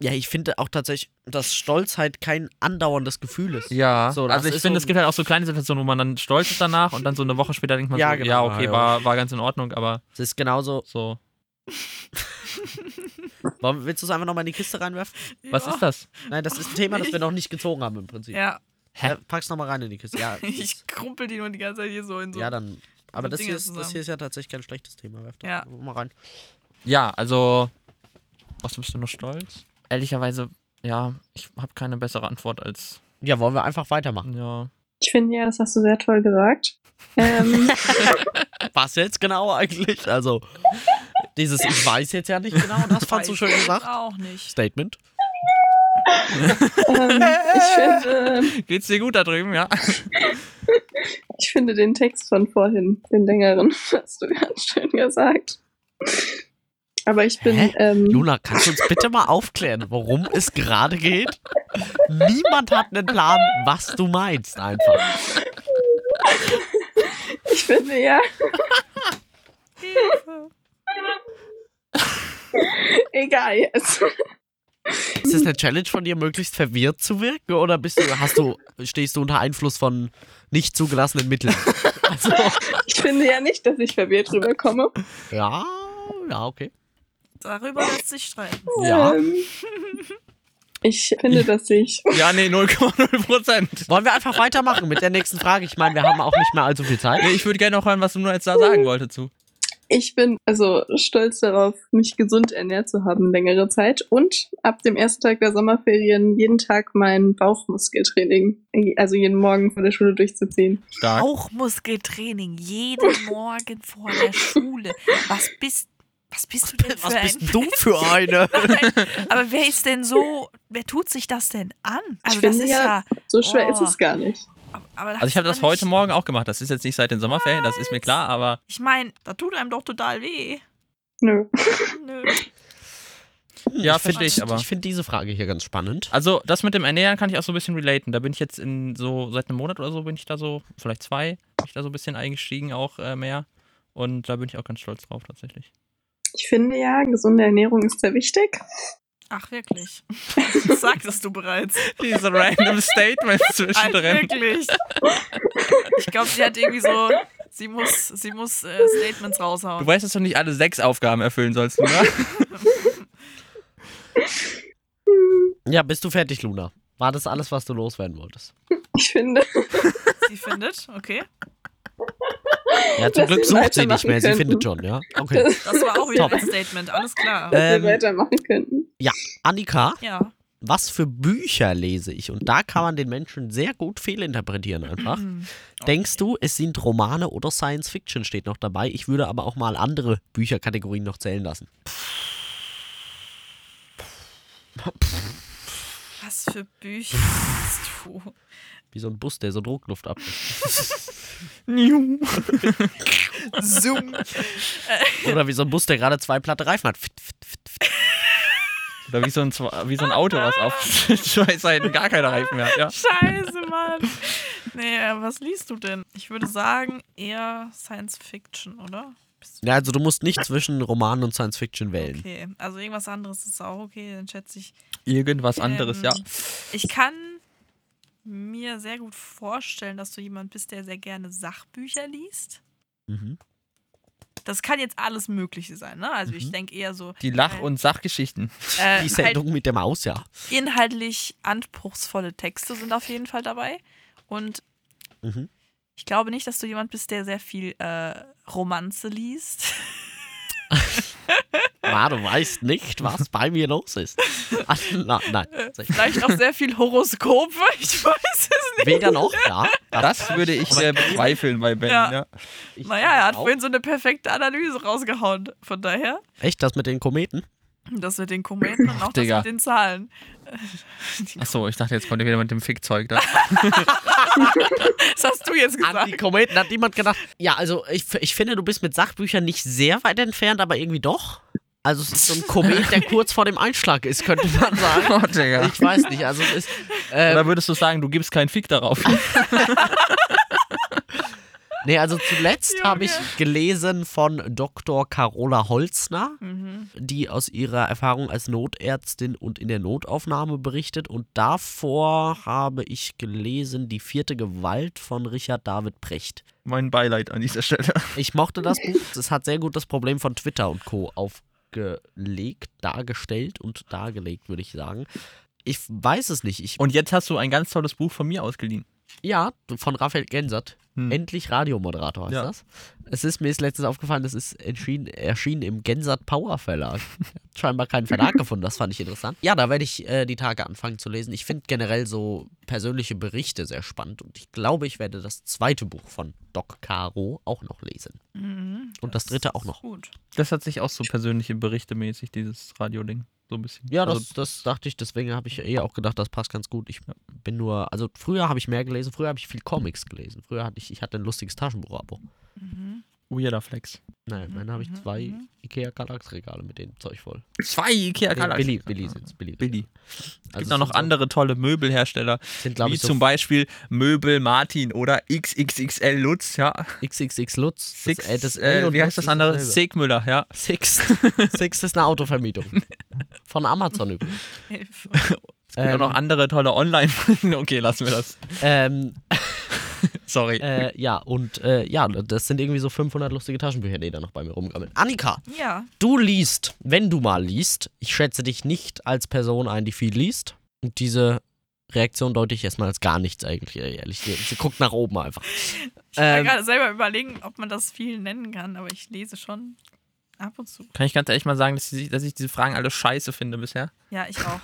Ja, ich finde auch tatsächlich, dass Stolz halt kein andauerndes Gefühl ist. Ja, So, das also ich ist finde, so- es gibt halt auch so kleine Situationen, wo man dann stolz ist danach und dann so eine Woche später denkt man Ja, so, genau. ja, Ja, okay, ja. War, war ganz in Ordnung, aber Es ist genauso. so. Warum, willst du es einfach nochmal in die Kiste reinwerfen? Was ja. ist das? Nein, das ist ein Thema, das wir noch nicht gezogen haben im Prinzip. Ja, Hä? Pack's nochmal rein in die Kiste. Ja, ich krumpel die nur die ganze Zeit hier so in so. ja dann. Aber so das Dinge hier, ist, zusammen. das hier ist ja tatsächlich kein schlechtes Thema. Werf das Ja. mal rein. Ja, also. Was bist du noch stolz? Ehrlicherweise, ja, ich habe keine bessere Antwort als. Ja, wollen wir einfach weitermachen. Ja. Ich finde ja, das hast du sehr toll gesagt. Ähm, Was jetzt genau eigentlich? Also, dieses Ich weiß jetzt ja nicht genau, das fandst du Weiß schön ich gesagt. Auch nicht. Statement. ähm, ich, finde, Geht's dir gut da drüben, ja? ich finde den Text von vorhin, den längeren, hast du ganz schön gesagt. Aber ich bin, Hä? ähm, Luna, kannst du uns bitte mal aufklären, worum es gerade geht? Niemand hat einen Plan, was du meinst, einfach. ich finde ja, Hilfe. egal also, jetzt. Ist es eine Challenge von dir, möglichst verwirrt zu wirken? Oder bist du, hast du, stehst du unter Einfluss von nicht zugelassenen Mitteln? Also, Ich finde ja nicht, dass ich verwirrt rüberkomme. ja, ja, okay. Darüber lässt sich streiten. Ja. Ähm, ich finde, dass ich. Ja, nee, 0,0 Prozent. Wollen wir einfach weitermachen mit der nächsten Frage? Ich meine, wir haben auch nicht mehr allzu viel Zeit. Nee, ich würde gerne noch hören, was du nur jetzt da sagen wolltest zu. Ich bin also stolz darauf, mich gesund ernährt zu haben längere Zeit und ab dem ersten Tag der Sommerferien jeden Tag mein Bauchmuskeltraining, also jeden Morgen vor der Schule durchzuziehen. Stark. Bauchmuskeltraining jeden Morgen vor der Schule. Was bist, was bist du denn für Was ein bist du für eine? Nein, aber wer ist denn so, wer tut sich das denn an? Also das finde ist ja- ja, So schwer Oh. ist es gar nicht. aber Also ich habe das man heute nicht- Morgen auch gemacht. Das ist jetzt nicht seit den Sommerferien, das ist mir klar, aber Ich meine, da tut einem doch total weh. Nö. Nö. ja, finde ich aber. Ich finde diese Frage hier ganz spannend. Also das mit dem Ernähren kann ich auch so ein bisschen relaten. Da bin ich jetzt in so, seit einem Monat oder so bin ich da so, vielleicht zwei, bin ich da so ein bisschen eingestiegen auch äh, mehr. Und da bin ich auch ganz stolz drauf tatsächlich. Ich finde ja, gesunde Ernährung ist sehr wichtig. Ach wirklich. Das sagtest du bereits. Diese random Statements Ach, wirklich. Ich glaube, sie hat irgendwie so, sie muss, sie muss äh, Statements Du raushauen. weißt, dass du nicht alle sechs Aufgaben erfüllen sollst, oder? Ja, bist du fertig, Luna? War das alles, was du loswerden wolltest? Ich finde, Sie findet, okay. Ja, zum Dass Glück wir sucht sie nicht weitermachen mehr. Sie könnten. findet schon, ja? Okay. Das war auch wieder Top. ein Statement, alles klar. Äh. dass Ähm, wir weitermachen könnten. Annika, Ja. was für Bücher lese ich? Und da kann man den Menschen sehr gut fehlinterpretieren einfach. Hm. Denkst du, es sind Romane oder Science Fiction steht noch dabei? Ich würde aber auch mal andere Bücherkategorien noch zählen lassen. Was für Bücher hast du? Wie so ein Bus, der so Druckluft ab. Zoom. Oder wie so ein Bus, der gerade zwei platte Reifen hat. Fit, fit, fit, fit. Oder wie so ein, Zwa- wie so ein Auto, was auf zwei Seiten gar keine Reifen mehr hat, ja? Scheiße, Mann. Nee, äh, was liest du denn? Ich würde sagen, eher Science Fiction, oder? Bist du- Ja, also du musst nicht zwischen Roman und Science Fiction wählen. Okay, also irgendwas anderes ist auch okay, dann schätze ich. Irgendwas anderes, Ähm, ja. Ich kann mir sehr gut vorstellen, dass du jemand bist, der sehr gerne Sachbücher liest. Mhm. Das kann jetzt alles Mögliche sein, ne? Also ich Mhm. denke eher so Die Lach- und Sachgeschichten. äh, Die halt Sendung mit der Maus, ja. inhaltlich anspruchsvolle Texte sind auf jeden Fall dabei. Und Mhm. Ich glaube nicht, dass du jemand bist, der sehr viel äh, Romanze liest. Ma, Ah, du weißt nicht, was bei mir los ist. Ah, na, nein. Vielleicht auch sehr viel Horoskope. Ich weiß es nicht. Weder noch, ja. Das würde ich sehr bezweifeln bei Ben. Ja. Ja. Ich- Naja, er hat auch. vorhin so eine perfekte Analyse rausgehauen. Von daher, Echt, das mit den Kometen? das mit den Kometen und auch das Digga. mit den Zahlen. Achso, ich dachte, jetzt kommt ihr wieder mit dem Fickzeug da. Das hast du jetzt An die gesagt. Kometen hat niemand gedacht. Ja, also ich, f- ich finde, du bist mit Sachbüchern nicht sehr weit entfernt, aber irgendwie doch. Also es ist so ein Komet, der kurz vor dem Einschlag ist, könnte man sagen. Oh, Digga. Ich weiß nicht, also es ist. Oder würdest du sagen, du gibst keinen Fick darauf? Nee, also zuletzt Junge. habe ich gelesen von Dr. Carola Holzner, Mhm. die aus ihrer Erfahrung als Notärztin und in der Notaufnahme berichtet. Und davor habe ich gelesen Die vierte Gewalt von Richard David Precht. mein Beileid an dieser Stelle. Ich mochte das Buch. Es hat sehr gut das Problem von Twitter und Co. aufgelegt, dargestellt und dargelegt, würde ich sagen. Ich weiß es nicht. Ich, Und jetzt hast du ein ganz tolles Buch von mir ausgeliehen. ja, von Raphael Gensert. Hm. Endlich Radiomoderator heißt Ja. das. Es ist mir ist letztens aufgefallen, das ist entschieden, erschienen im Gensert Power Verlag. Hat Scheinbar keinen Verlag gefunden, das fand ich interessant. Ja, da werde ich äh, die Tage anfangen zu lesen. Ich finde generell so persönliche Berichte sehr spannend und ich glaube, ich werde das zweite Buch von Doc Caro auch noch lesen. Mhm. Und das dritte auch noch. Gut. Das hat sich auch so persönliche Berichte mäßig, dieses Radio-Ding. So ein bisschen. Ja, das, Also, das dachte ich, deswegen habe ich eh auch gedacht, das passt ganz gut. Ich bin nur, also früher habe ich mehr gelesen, früher habe ich viel Comics gelesen. Früher hatte ich, ich hatte ein lustiges Taschenbuchabo. weirder oh Flex. Nein, Mhm, dann habe ich zwei Ikea-Galax-Regale mit dem Zeug voll. Zwei ikea Nee, nee, Billy, Billy sind's, Billy. Billy. Also Es gibt es auch noch sind so- andere tolle Möbelhersteller, Sind, glaube wie ich, so zum Beispiel Möbel Martin oder XXXL Lutz, ja. XXX Lutz. das Six, L- das L äh, und wie Lutz heißt das ist andere? dasselbe. Segmüller, ja. Six. Six ist eine Autovermietung. Von Amazon übrigens. Hilfe. Es gibt Ähm. auch noch andere tolle Online. okay, lassen wir das. ähm, Sorry. äh, ja, und äh, ja, das sind irgendwie so 500 lustige Taschenbücher, die da noch bei mir rumgammeln. Annika, Ja. du liest, wenn du mal liest, ich schätze dich nicht als Person ein, die viel liest. Und diese Reaktion deute ich erstmal als gar nichts eigentlich, ehrlich. Sie, sie guckt nach oben einfach. Ich war Ähm. gerade selber überlegen, ob man das viel nennen kann, aber ich lese schon ab und zu. Kann ich ganz ehrlich mal sagen, dass ich, dass ich diese Fragen alle scheiße finde bisher? Ja, ich auch.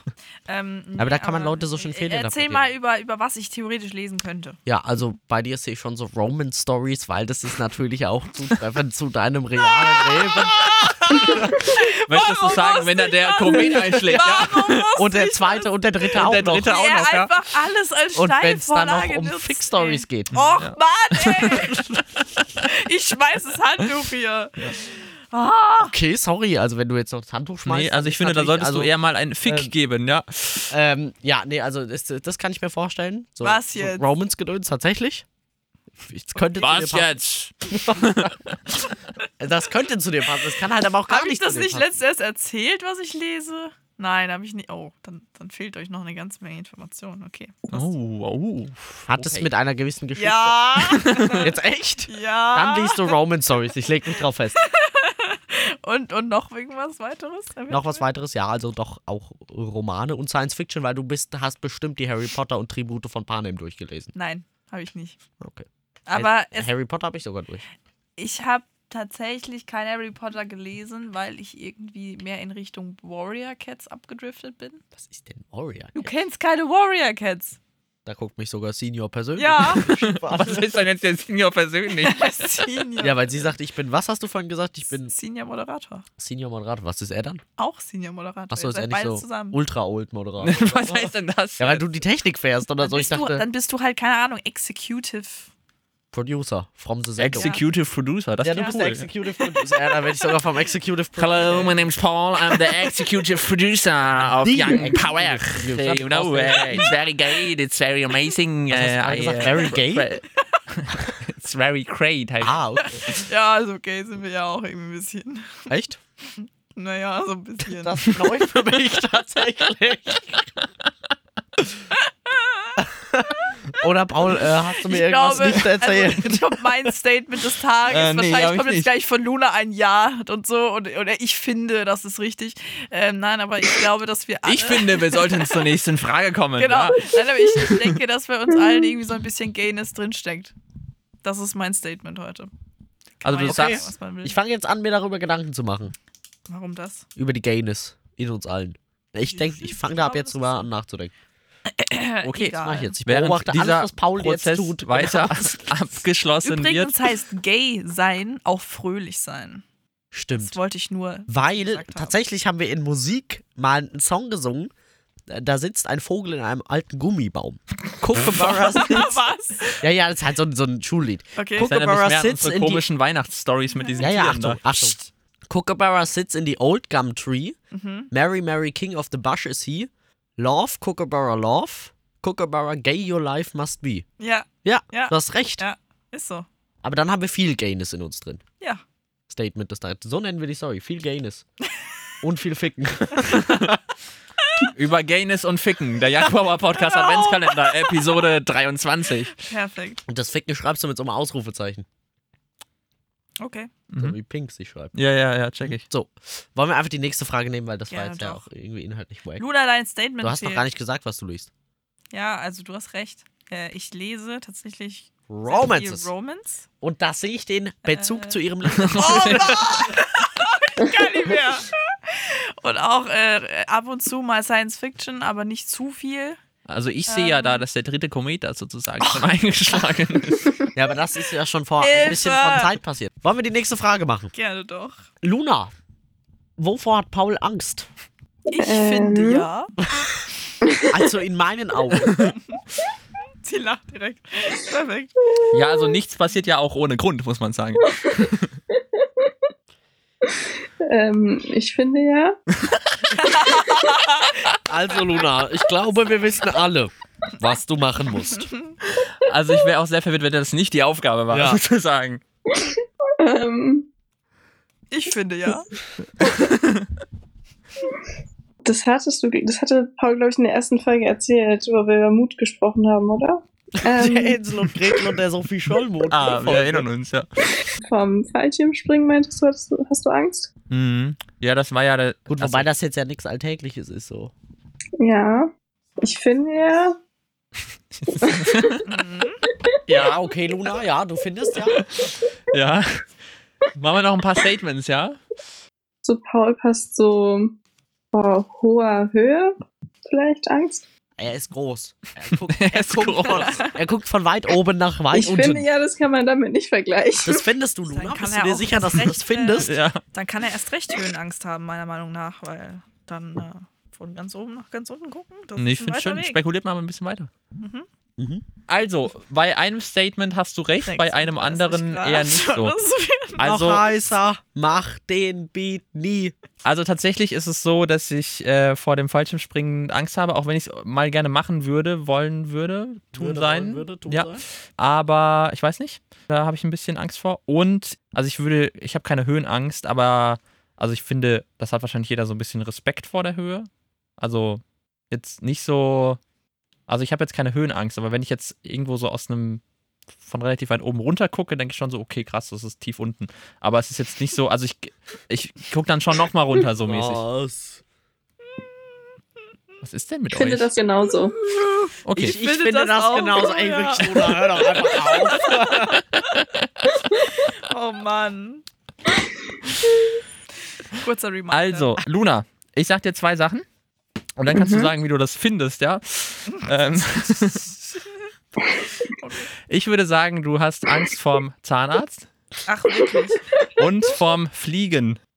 ähm, nee, äh, Aber da kann man Leute so schön fehlen Erzähl interpretieren. mal über, über was ich theoretisch lesen könnte. Ja, also bei dir sehe ich schon so Roman Stories, weil das ist natürlich auch zutreffend zu deinem Ah, realen Leben. Möchtest du sagen, wenn da der Komet einschlägt? Ja. Warum Und der zweite und der dritte auch der noch. dritte er auch noch, ja. einfach alles als Und wenn's dann noch Steilvorlage um nutzt, Fick-Stories ey. geht. Och Mann, ey. ich schmeiß das Handtuch hier. Ah, Okay, sorry, also wenn du jetzt noch das Handtuch schmeißt. Nee, dann also ich ist finde, da natürlich- solltest also, du eher mal einen Fick ähm, geben, ja. Ähm, ja, nee, also das, das kann ich mir vorstellen. So, Was jetzt? So Romans-Gedöns, tatsächlich. Das könnte, Was zu dir jetzt? passen. das könnte zu dir passen. Das kann halt aber auch gar habe ich nicht das zu dir nicht passen. letztes erst erzählt, was ich lese? Nein, habe ich nicht. Oh, dann, dann fehlt euch noch eine ganze Menge Informationen. Okay. Oh, oh. Hat es mit einer gewissen Geschichte. Ja, Jetzt echt? ja. Dann liest du Roman Stories. Ich leg mich drauf fest. Und, und noch irgendwas weiteres? Noch was weiteres? Ja, also doch auch Romane und Science Fiction, weil du bist, hast bestimmt die Harry Potter und Tribute von Panem durchgelesen. Nein, habe ich nicht. Okay. Aber Hey, es, Harry Potter habe ich sogar durch. ich habe tatsächlich kein Harry Potter gelesen, weil ich irgendwie mehr in Richtung Warrior Cats abgedriftet bin. Was ist denn Warrior? Du kennst keine Warrior Cats. Da guckt mich sogar Senior persönlich. Ja. Was ist denn jetzt der Senior persönlich? Senior. Ja, weil sie sagt, ich bin, was hast du vorhin gesagt? Ich bin Senior Moderator. Senior Moderator. Was ist er dann? Auch Senior Moderator. Achso, Ihr ist seid er nicht beide so zusammen. ultra old Moderator. Was heißt denn das? ja, weil du die Technik fährst oder Dann so. Ich bist, du, dachte, dann bist du halt, keine Ahnung, Executive. Producer from the Sendung. Executive Producer, das Ja, ist du ja, bist der cool. Executive Producer. Ja, da werde ich sogar vom Executive Hello, my name's Paul. I'm the executive producer of The Young executive Power. producer. You know, uh, it's very great, it's very amazing. hast du uh, gerade I, gesagt? uh, Very gay? it's very great. Halt. Ah, okay. Ja, also okay, sind wir ja auch irgendwie ein bisschen. Echt? Naja, so ein bisschen. Das ist neu für mich tatsächlich. Oder Paul, äh, hast du mir irgendwas nicht erzählt? Also, ich glaube, mein Statement des Tages, Äh, nee, hab wahrscheinlich ich kommt jetzt nicht. gleich von Luna ein Ja und so, und, oder ich finde, das ist richtig. Ähm, nein, aber ich glaube, dass wir alle. Ich finde, wir sollten zur nächsten Frage kommen. Genau. Ja. Nein, aber ich, ich denke, dass bei uns allen irgendwie so ein bisschen Gayness drinsteckt. Das ist mein Statement heute. Also Kann du man jetzt sagen, sagst, was man will. Ich fange jetzt an, mir darüber Gedanken zu machen. Warum das? Über die Gayness in uns allen. Ich denke, ich fange da ab jetzt drüber an nachzudenken. okay, Das mach ich jetzt. Ich während beobachte alles, dieser was Paul jetzt Prozess tut. weiter abgeschlossen Übrigens wird. heißt gay sein auch fröhlich sein. Das Stimmt. wollte ich nur. Weil gesagt habe. tatsächlich haben wir in Musik mal einen Song gesungen. Da da sitzt ein Vogel in einem alten Gummibaum. Kookaburra sitzt. Was? Ja, ja, das ist halt so ein, so ein Schullied. Okay. Guck- Das erinnert mich Barbara mehr an sitzt unsere in die- komischen Weihnachtsstories mit diesen Ja, ja, Tieren Achtung, da. Achtung. Kookaburra sits in the old gum tree. Mary, Mary, king of the bush is he. Love, Kookaburra, love. Kookaburra, gay your life must be. Ja, Ja, Ja. du hast recht. ja, ist so. Aber dann haben wir viel Gayness in uns drin. Ja. Statement des Tages. So nennen wir die Story. Viel Gayness. Und viel Ficken. Über Gayness und Ficken, der Jakober Podcast Genau. Adventskalender, Episode 23. Perfekt. Und das Ficken schreibst du mit so einem Ausrufezeichen. Okay. So Mhm. wie Pink sie schreibt. Ja, ja, ja, check ich. So, wollen wir einfach die nächste Frage nehmen, weil das Ja, war jetzt ja doch. auch irgendwie inhaltlich wack. Luna, dein Statement Du hast noch fehlt. gar nicht gesagt, was du liest. Ja, also du hast recht. Äh, ich lese tatsächlich sehr Romances. viel Romance. Und da sehe ich den Bezug Äh. zu ihrem Leben. Gar nicht mehr. Und auch äh, ab und zu mal Science Fiction, aber nicht zu viel. Also ich sehe Ähm. ja da, dass der dritte Komet da sozusagen schon eingeschlagen ist. Ja, aber das ist ja schon vor ein Hilfe! bisschen von Zeit passiert. Wollen wir die nächste Frage machen? Gerne doch. Luna, wovor hat Paul Angst? Ich Ähm. finde ja. Also in meinen Augen. Sie lacht direkt. Perfekt. Ja, also nichts passiert ja auch ohne Grund, muss man sagen. Ähm, ich finde ja, Also Luna, ich glaube, wir wissen alle, was du machen musst. Also ich wäre auch sehr verwirrt, wenn das nicht die Aufgabe war, Ja. sozusagen. ähm, Ich finde ja. das hattest du, das hatte Paul, glaube ich, in der ersten Folge erzählt, wo wir über Mut gesprochen haben, oder? Der Ähm, Hänsel und Gretel und der Sophie Schollmond. Ah, wir erinnern uns, ja. vom Fallschirmspringen meintest du, hast du, hast du Angst? Mhm. Ja, das war ja der. Gut, wobei das jetzt ja nichts Alltägliches ist so. Ja. Ich finde ja, Ja, okay, Luna, ja, du findest ja. Ja. Machen wir noch ein paar Statements, ja? so Paul passt so vor hoher Höhe vielleicht Angst. Er ist groß. Er guckt, Er ist guckt, von, groß. er guckt von weit oben nach weit ich unten. finde ja, das kann man damit nicht vergleichen. das findest du, Luna. kann Bist du er dir auch sicher, dass du das recht, äh, findest? Ja. Dann kann er erst recht Höhenangst haben, meiner Meinung nach, weil dann äh, von ganz oben nach ganz unten gucken. Das Nee, ist ich ein finde weiter schön. Weg. Spekuliert mal ein bisschen weiter. Mhm. Also, bei einem Statement hast du recht, bei einem Das ist anderen klar. eher nicht so. Das ist- Also, Noch heißer. Mach den Beat nie. also tatsächlich ist es so, dass ich äh, vor dem Fallschirmspringen Angst habe, auch wenn ich es mal gerne machen würde, wollen würde, tun sein. ja. Aber ich weiß nicht, da habe ich ein bisschen Angst vor. Und, also ich würde, ich habe keine Höhenangst, aber, also ich finde, das hat wahrscheinlich jeder so ein bisschen Respekt vor der Höhe. Also jetzt nicht so, also ich habe jetzt keine Höhenangst, aber wenn ich jetzt irgendwo so aus einem, von relativ weit oben runter gucke, denke ich schon so, okay, krass, das ist tief unten. Aber es ist jetzt nicht so, also ich, ich gucke dann schon nochmal runter so mäßig. Was? Was ist denn mit Ich finde euch? das genauso. okay. Ich, ich finde das, auch, genauso. ja. Ey, wirklich, Luna, hör doch einfach auf. Oh Mann. Kurzer Reminder. Also, Luna, ich sag dir zwei Sachen. Und dann kannst du sagen, wie du das findest, ja? ähm, ich würde sagen, du hast Angst vorm Zahnarzt Ach, wirklich. und vorm Fliegen.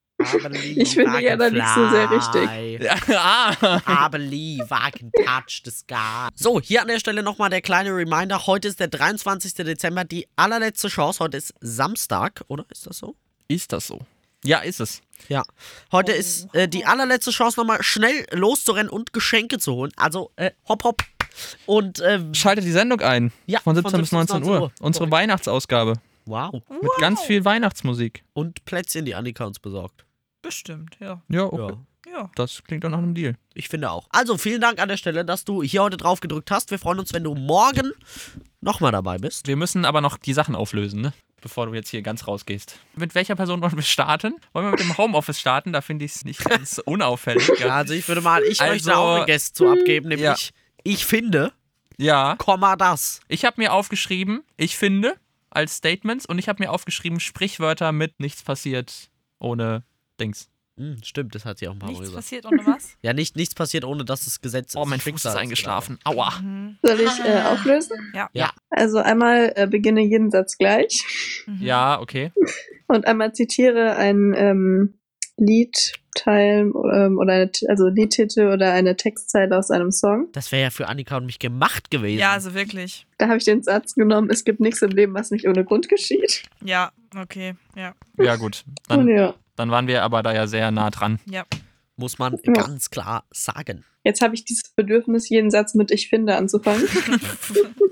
Ich finde ja dann nicht so sehr richtig. ah, I believe I can touch the sky. So, hier an der Stelle nochmal der kleine Reminder. Heute ist der 23. Dezember, die allerletzte Chance. Heute ist Samstag, oder? Ist das so? ist das so? Ja, ist es. Ja. Heute Oh, ist äh, die allerletzte Chance, nochmal schnell loszurennen und Geschenke zu holen. Also, äh, hopp, hopp. Und, äh, Schalte die Sendung ein. Ja, von 17 bis 19 Uhr. Unsere Uhr. Weihnachtsausgabe. Wow. Mit ganz viel Weihnachtsmusik. Und Plätzchen, die Annika uns besorgt. Bestimmt, ja. Ja, okay. Ja. Ja. Das klingt doch nach einem Deal. Ich finde auch. Also, vielen Dank an der Stelle, dass du hier heute drauf gedrückt hast. Wir freuen uns, wenn du morgen nochmal dabei bist. Wir müssen aber noch die Sachen auflösen, ne? Bevor du jetzt hier ganz rausgehst. Mit welcher Person wollen wir starten? Wollen wir mit dem Homeoffice starten? Da finde ich es nicht ganz unauffällig. Ja, Ja. also, ich würde mal, ich Also- möchte auch eine Gäste zu abgeben, nämlich Ja. ich finde, ja. Komma das. Ich habe mir aufgeschrieben, ich finde, als Statements und ich habe mir aufgeschrieben Sprichwörter mit nichts passiert ohne Dings. Hm, stimmt, das hat sie auch ein paar Mal Nichts gesagt. passiert ohne was? Ja, nicht, nichts passiert, ohne dass das Gesetz Oh, mein Fuß ist Schicksals- eingeschlafen. Aua. Mhm. Soll ich äh, auflösen? Ja. Ja. Also einmal äh, beginne jeden Satz gleich Mhm. Ja, okay. und einmal zitiere ein ähm, Liedteil ähm, oder eine, T- also Liedtitel oder eine Textzeile aus einem Song. Das wäre ja für Annika und mich gemacht gewesen. Ja, also wirklich. Da habe ich den Satz genommen, es gibt nichts im Leben, was nicht ohne Grund geschieht. Ja, okay. Ja. Ja, gut. Und Dann, Oh, ja. dann waren wir aber da ja sehr nah dran. Muss man Ja. ganz klar sagen. Jetzt habe ich dieses Bedürfnis, jeden Satz mit Ich finde anzufangen.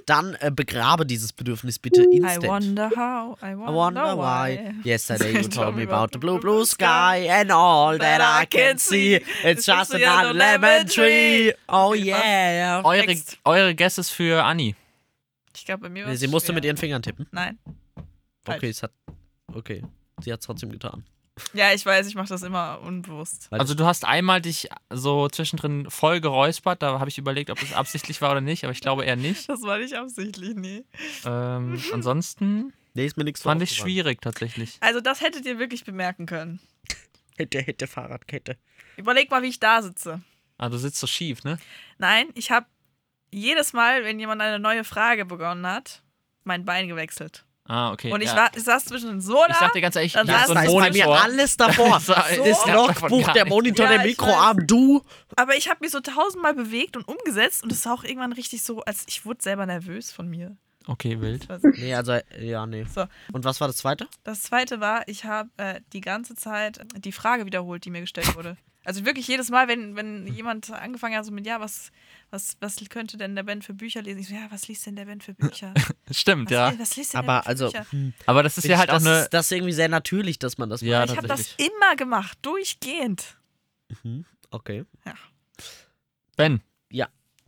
Dann äh, begrabe dieses Bedürfnis bitte I instant. wonder how, I I wonder, wonder why. why. Yesterday you told me about the blue blue sky and all that I can see. It's just another lemon tree. Oh yeah. Eure, Text. eure Guesses für Anni. Ich glaube, bei mir war Nee, Sie musste mit ihren Fingern tippen. Nein. Falsch. Okay, es hat. Okay. Sie hat es trotzdem getan. Ja, ich weiß, ich mache das immer unbewusst. Weil Also du hast einmal dich so zwischendrin voll geräuspert, da habe ich überlegt, ob das absichtlich war oder nicht, aber ich glaube eher nicht. Das war nicht absichtlich, nee. Ähm, ansonsten Nee, ist mir nichts fand ich aufgefallen. schwierig tatsächlich. Also, das hättet ihr wirklich bemerken können. Hätte, hätte, Fahrradkette. Überleg mal, wie ich da sitze. Ah, du sitzt so schief, ne? Nein, ich habe jedes Mal, wenn jemand eine neue Frage begonnen hat, mein Bein gewechselt. Ah, okay. Und ich, ja. war, ich saß zwischen den Soda. Ich sag dir ganz ehrlich, ich Dann saß hab so da einen ist bei mir Monitor. alles davor. So, ich Das hab davon Logbuch, gar der nichts. Monitor, Ja, der ich Mikroarm, du. aber ich habe mich so tausendmal bewegt und umgesetzt und es war auch irgendwann richtig so, als ich wurde selber nervös von mir. Okay, wild. Also, Nee, also, ja, nee. So. Und was war das zweite? Das zweite war, ich habe äh, die ganze Zeit die Frage wiederholt, die mir gestellt wurde. Also wirklich jedes Mal, wenn, wenn jemand angefangen hat, so mit, ja, was, was, was könnte denn der Ben für Bücher lesen? Ich so, ja, was liest denn der Ben für Bücher? Was, Stimmt, ja. Also, was liest denn der Ben Aber für also, Bücher? hm, Aber das ist ja halt auch das, eine. das ist irgendwie sehr natürlich, dass man das Ja, macht. Ich habe das tatsächlich. immer gemacht, durchgehend. Okay. Ben,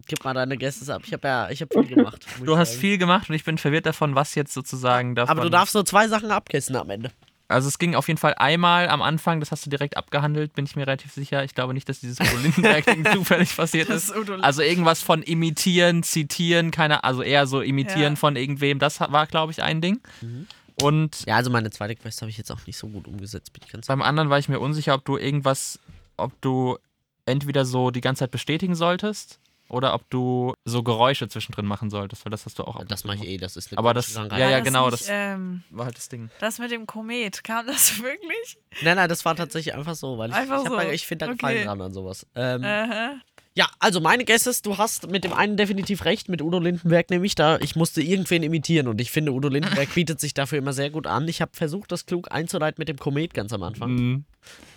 Gib mal deine Gäste ab. Ich habe ja, ich habe viel gemacht. muss du ich hast sagen. viel gemacht und ich bin verwirrt davon, was jetzt sozusagen davon. Aber du darfst nur zwei Sachen abkissen am Ende. Also es ging auf jeden Fall einmal am Anfang, das hast du direkt abgehandelt, bin ich mir relativ sicher. Ich glaube nicht, dass dieses Udo Lindenberg-Ding zufällig passiert ist. Udo Also irgendwas von imitieren, zitieren, keine, also eher so imitieren Ja. von irgendwem, das war, glaube ich, ein Ding. Und Ja, also meine zweite Quest habe ich jetzt auch nicht so gut umgesetzt, bin ich ganz beim anderen war ich mir unsicher, ob du irgendwas, ob du entweder so die ganze Zeit bestätigen solltest oder ob du so Geräusche zwischendrin machen solltest, weil das hast du auch. ab und Das zu mache ich gemacht. eh, das ist eine Aber komische das- Krankheit. ja, War ja, genau, Nicht, das- ähm, War halt das Ding. das mit dem Komet, kam das wirklich? Nein, nein, das war tatsächlich einfach so, weil ich, Einfach ich, hab so. da, ich finde da Gefallen Okay. dran an sowas. Ähm, Aha. Ja, also meine Guess ist, du hast mit dem einen definitiv recht, mit Udo Lindenberg nämlich da, ich musste irgendwen imitieren und ich finde, Udo Lindenberg bietet sich dafür immer sehr gut an. Ich habe versucht, das klug einzuleiten mit dem Komet ganz am Anfang. Mhm.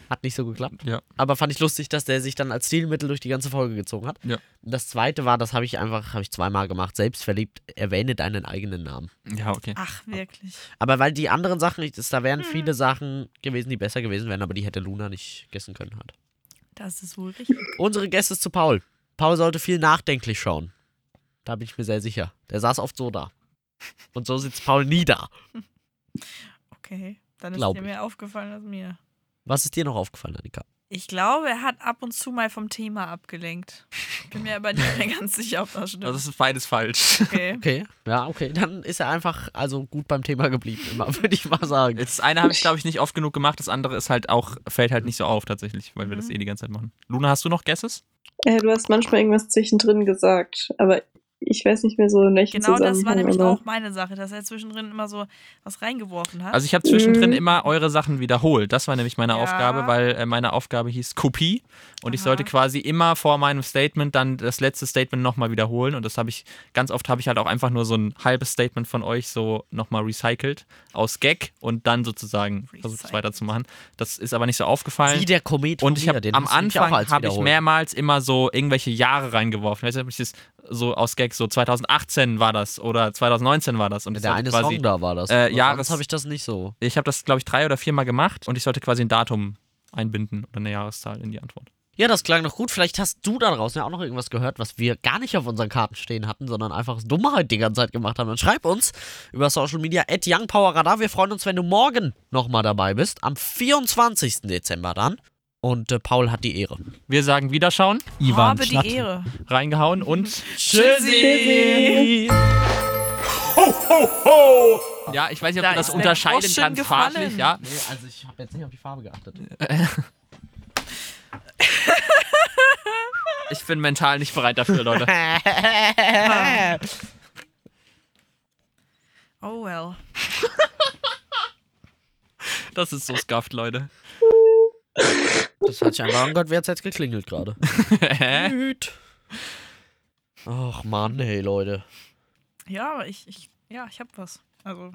Hat nicht so geklappt. Ja. Aber fand ich lustig, dass der sich dann als Stilmittel durch die ganze Folge gezogen hat. Ja. Das zweite war, das habe ich einfach, habe ich zweimal gemacht, selbstverliebt, erwähne deinen eigenen Namen. ja, okay. Ach, wirklich. Aber weil die anderen Sachen nicht ist, da Mhm. wären viele Sachen gewesen, die besser gewesen wären, aber die hätte Luna nicht gessen können halt. Das ist wohl richtig. Unsere Gäste zu Paul. Paul sollte viel nachdenklich schauen. Da bin ich mir sehr sicher. Der saß oft so da. Und so sitzt Paul nie da. Okay. Dann ist Glaub dir ich. mehr aufgefallen als mir. Was ist dir noch aufgefallen, Annika? Ich glaube, er hat ab und zu mal vom Thema abgelenkt. Ich bin mir aber nicht mehr ganz sicher, ob das stimmt. Also das ist beides falsch. okay. Okay, ja, okay. Dann ist er einfach also gut beim Thema geblieben, immer, würde ich mal sagen. Das eine habe ich, glaube ich, nicht oft genug gemacht. Das andere ist halt auch, fällt halt nicht so auf tatsächlich, weil wir das eh die ganze Zeit machen. Luna, hast du noch Guesses? Äh, du hast manchmal irgendwas zwischendrin gesagt, aber ich weiß nicht mehr so in welchem Genau das war Zusammenhang, nämlich aber- auch meine Sache, dass er zwischendrin immer so was reingeworfen hat. Also ich habe zwischendrin Mhm. immer eure Sachen wiederholt. Das war nämlich meine Ja. Aufgabe, weil äh, meine Aufgabe hieß Kopie. Und ich Aha. sollte quasi immer vor meinem Statement dann das letzte Statement nochmal wiederholen. Und das habe ich, ganz oft habe ich halt auch einfach nur so ein halbes Statement von euch so nochmal recycelt aus Gag und dann sozusagen versucht es Recycelt. weiterzumachen. Das ist aber nicht so aufgefallen. Wie der Komet. von Äh, Und ich mir, habe den am hast du nämlich auch Anfang als habe ich wiederholt. mehrmals immer so irgendwelche Jahre reingeworfen. Ich weiß nicht, ob ich das so aus Gag so 2018 war das oder 2019 war das und ich Der sollte eine quasi Song da war das. äh, Sonst Jahres- habe ich das nicht so. ich habe das glaube ich drei oder viermal gemacht und ich sollte quasi ein Datum einbinden oder eine Jahreszahl in die Antwort. Ja, das klang noch gut. Vielleicht hast du da draußen ja auch noch irgendwas gehört, was wir gar nicht auf unseren Karten stehen hatten, sondern einfach aus Dummheit die ganze Zeit gemacht haben. Dann schreib uns über Social Media at YoungPowerRadar. Wir freuen uns, wenn du morgen nochmal dabei bist. Am 24. Dezember dann. Und äh, Paul hat die Ehre. Wir sagen Wiederschauen, Ivan habe Schnatt. die Ehre. reingehauen und Tschüssi! Tschüssi! Ho, Ja, ich weiß nicht, ob Da du das ist der unterscheiden Groschen kannst gefallen. farblich, ja. Nee, also ich habe jetzt nicht auf die Farbe geachtet. Ich bin mental nicht bereit dafür, Leute. Oh well. Das ist so skafft, Leute. Das hat scheinbar, oh Gott, wer hat's jetzt geklingelt gerade? Hä? Tüt. Ach Mann, hey Leute. Ja, aber ich, ich, ja, ich hab was. Also,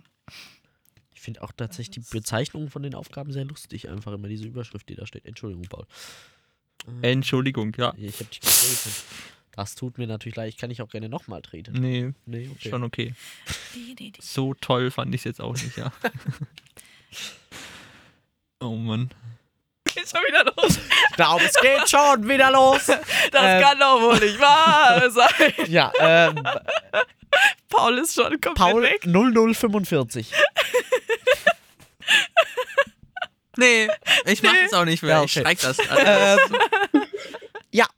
Ich finde auch tatsächlich die Bezeichnungen von den Aufgaben sehr lustig, einfach immer diese Überschrift, die da steht. Entschuldigung, Paul. Entschuldigung, ja. Ich habe dich getreten. Das tut mir natürlich leid. Ich kann dich auch gerne nochmal treten. Nee, Nee, okay. schon okay. die, die, die. So toll fand ich es jetzt auch nicht, ja. oh Mann. Geht schon wieder los. Ich glaube, es geht schon wieder los. Das Ähm. kann doch wohl nicht wahr sein. Ja, ähm, Paul ist schon komplett Paul weg. 0045. Nee, ich mach Nee. das auch nicht mehr. Ja, Ich okay. streik das. ähm,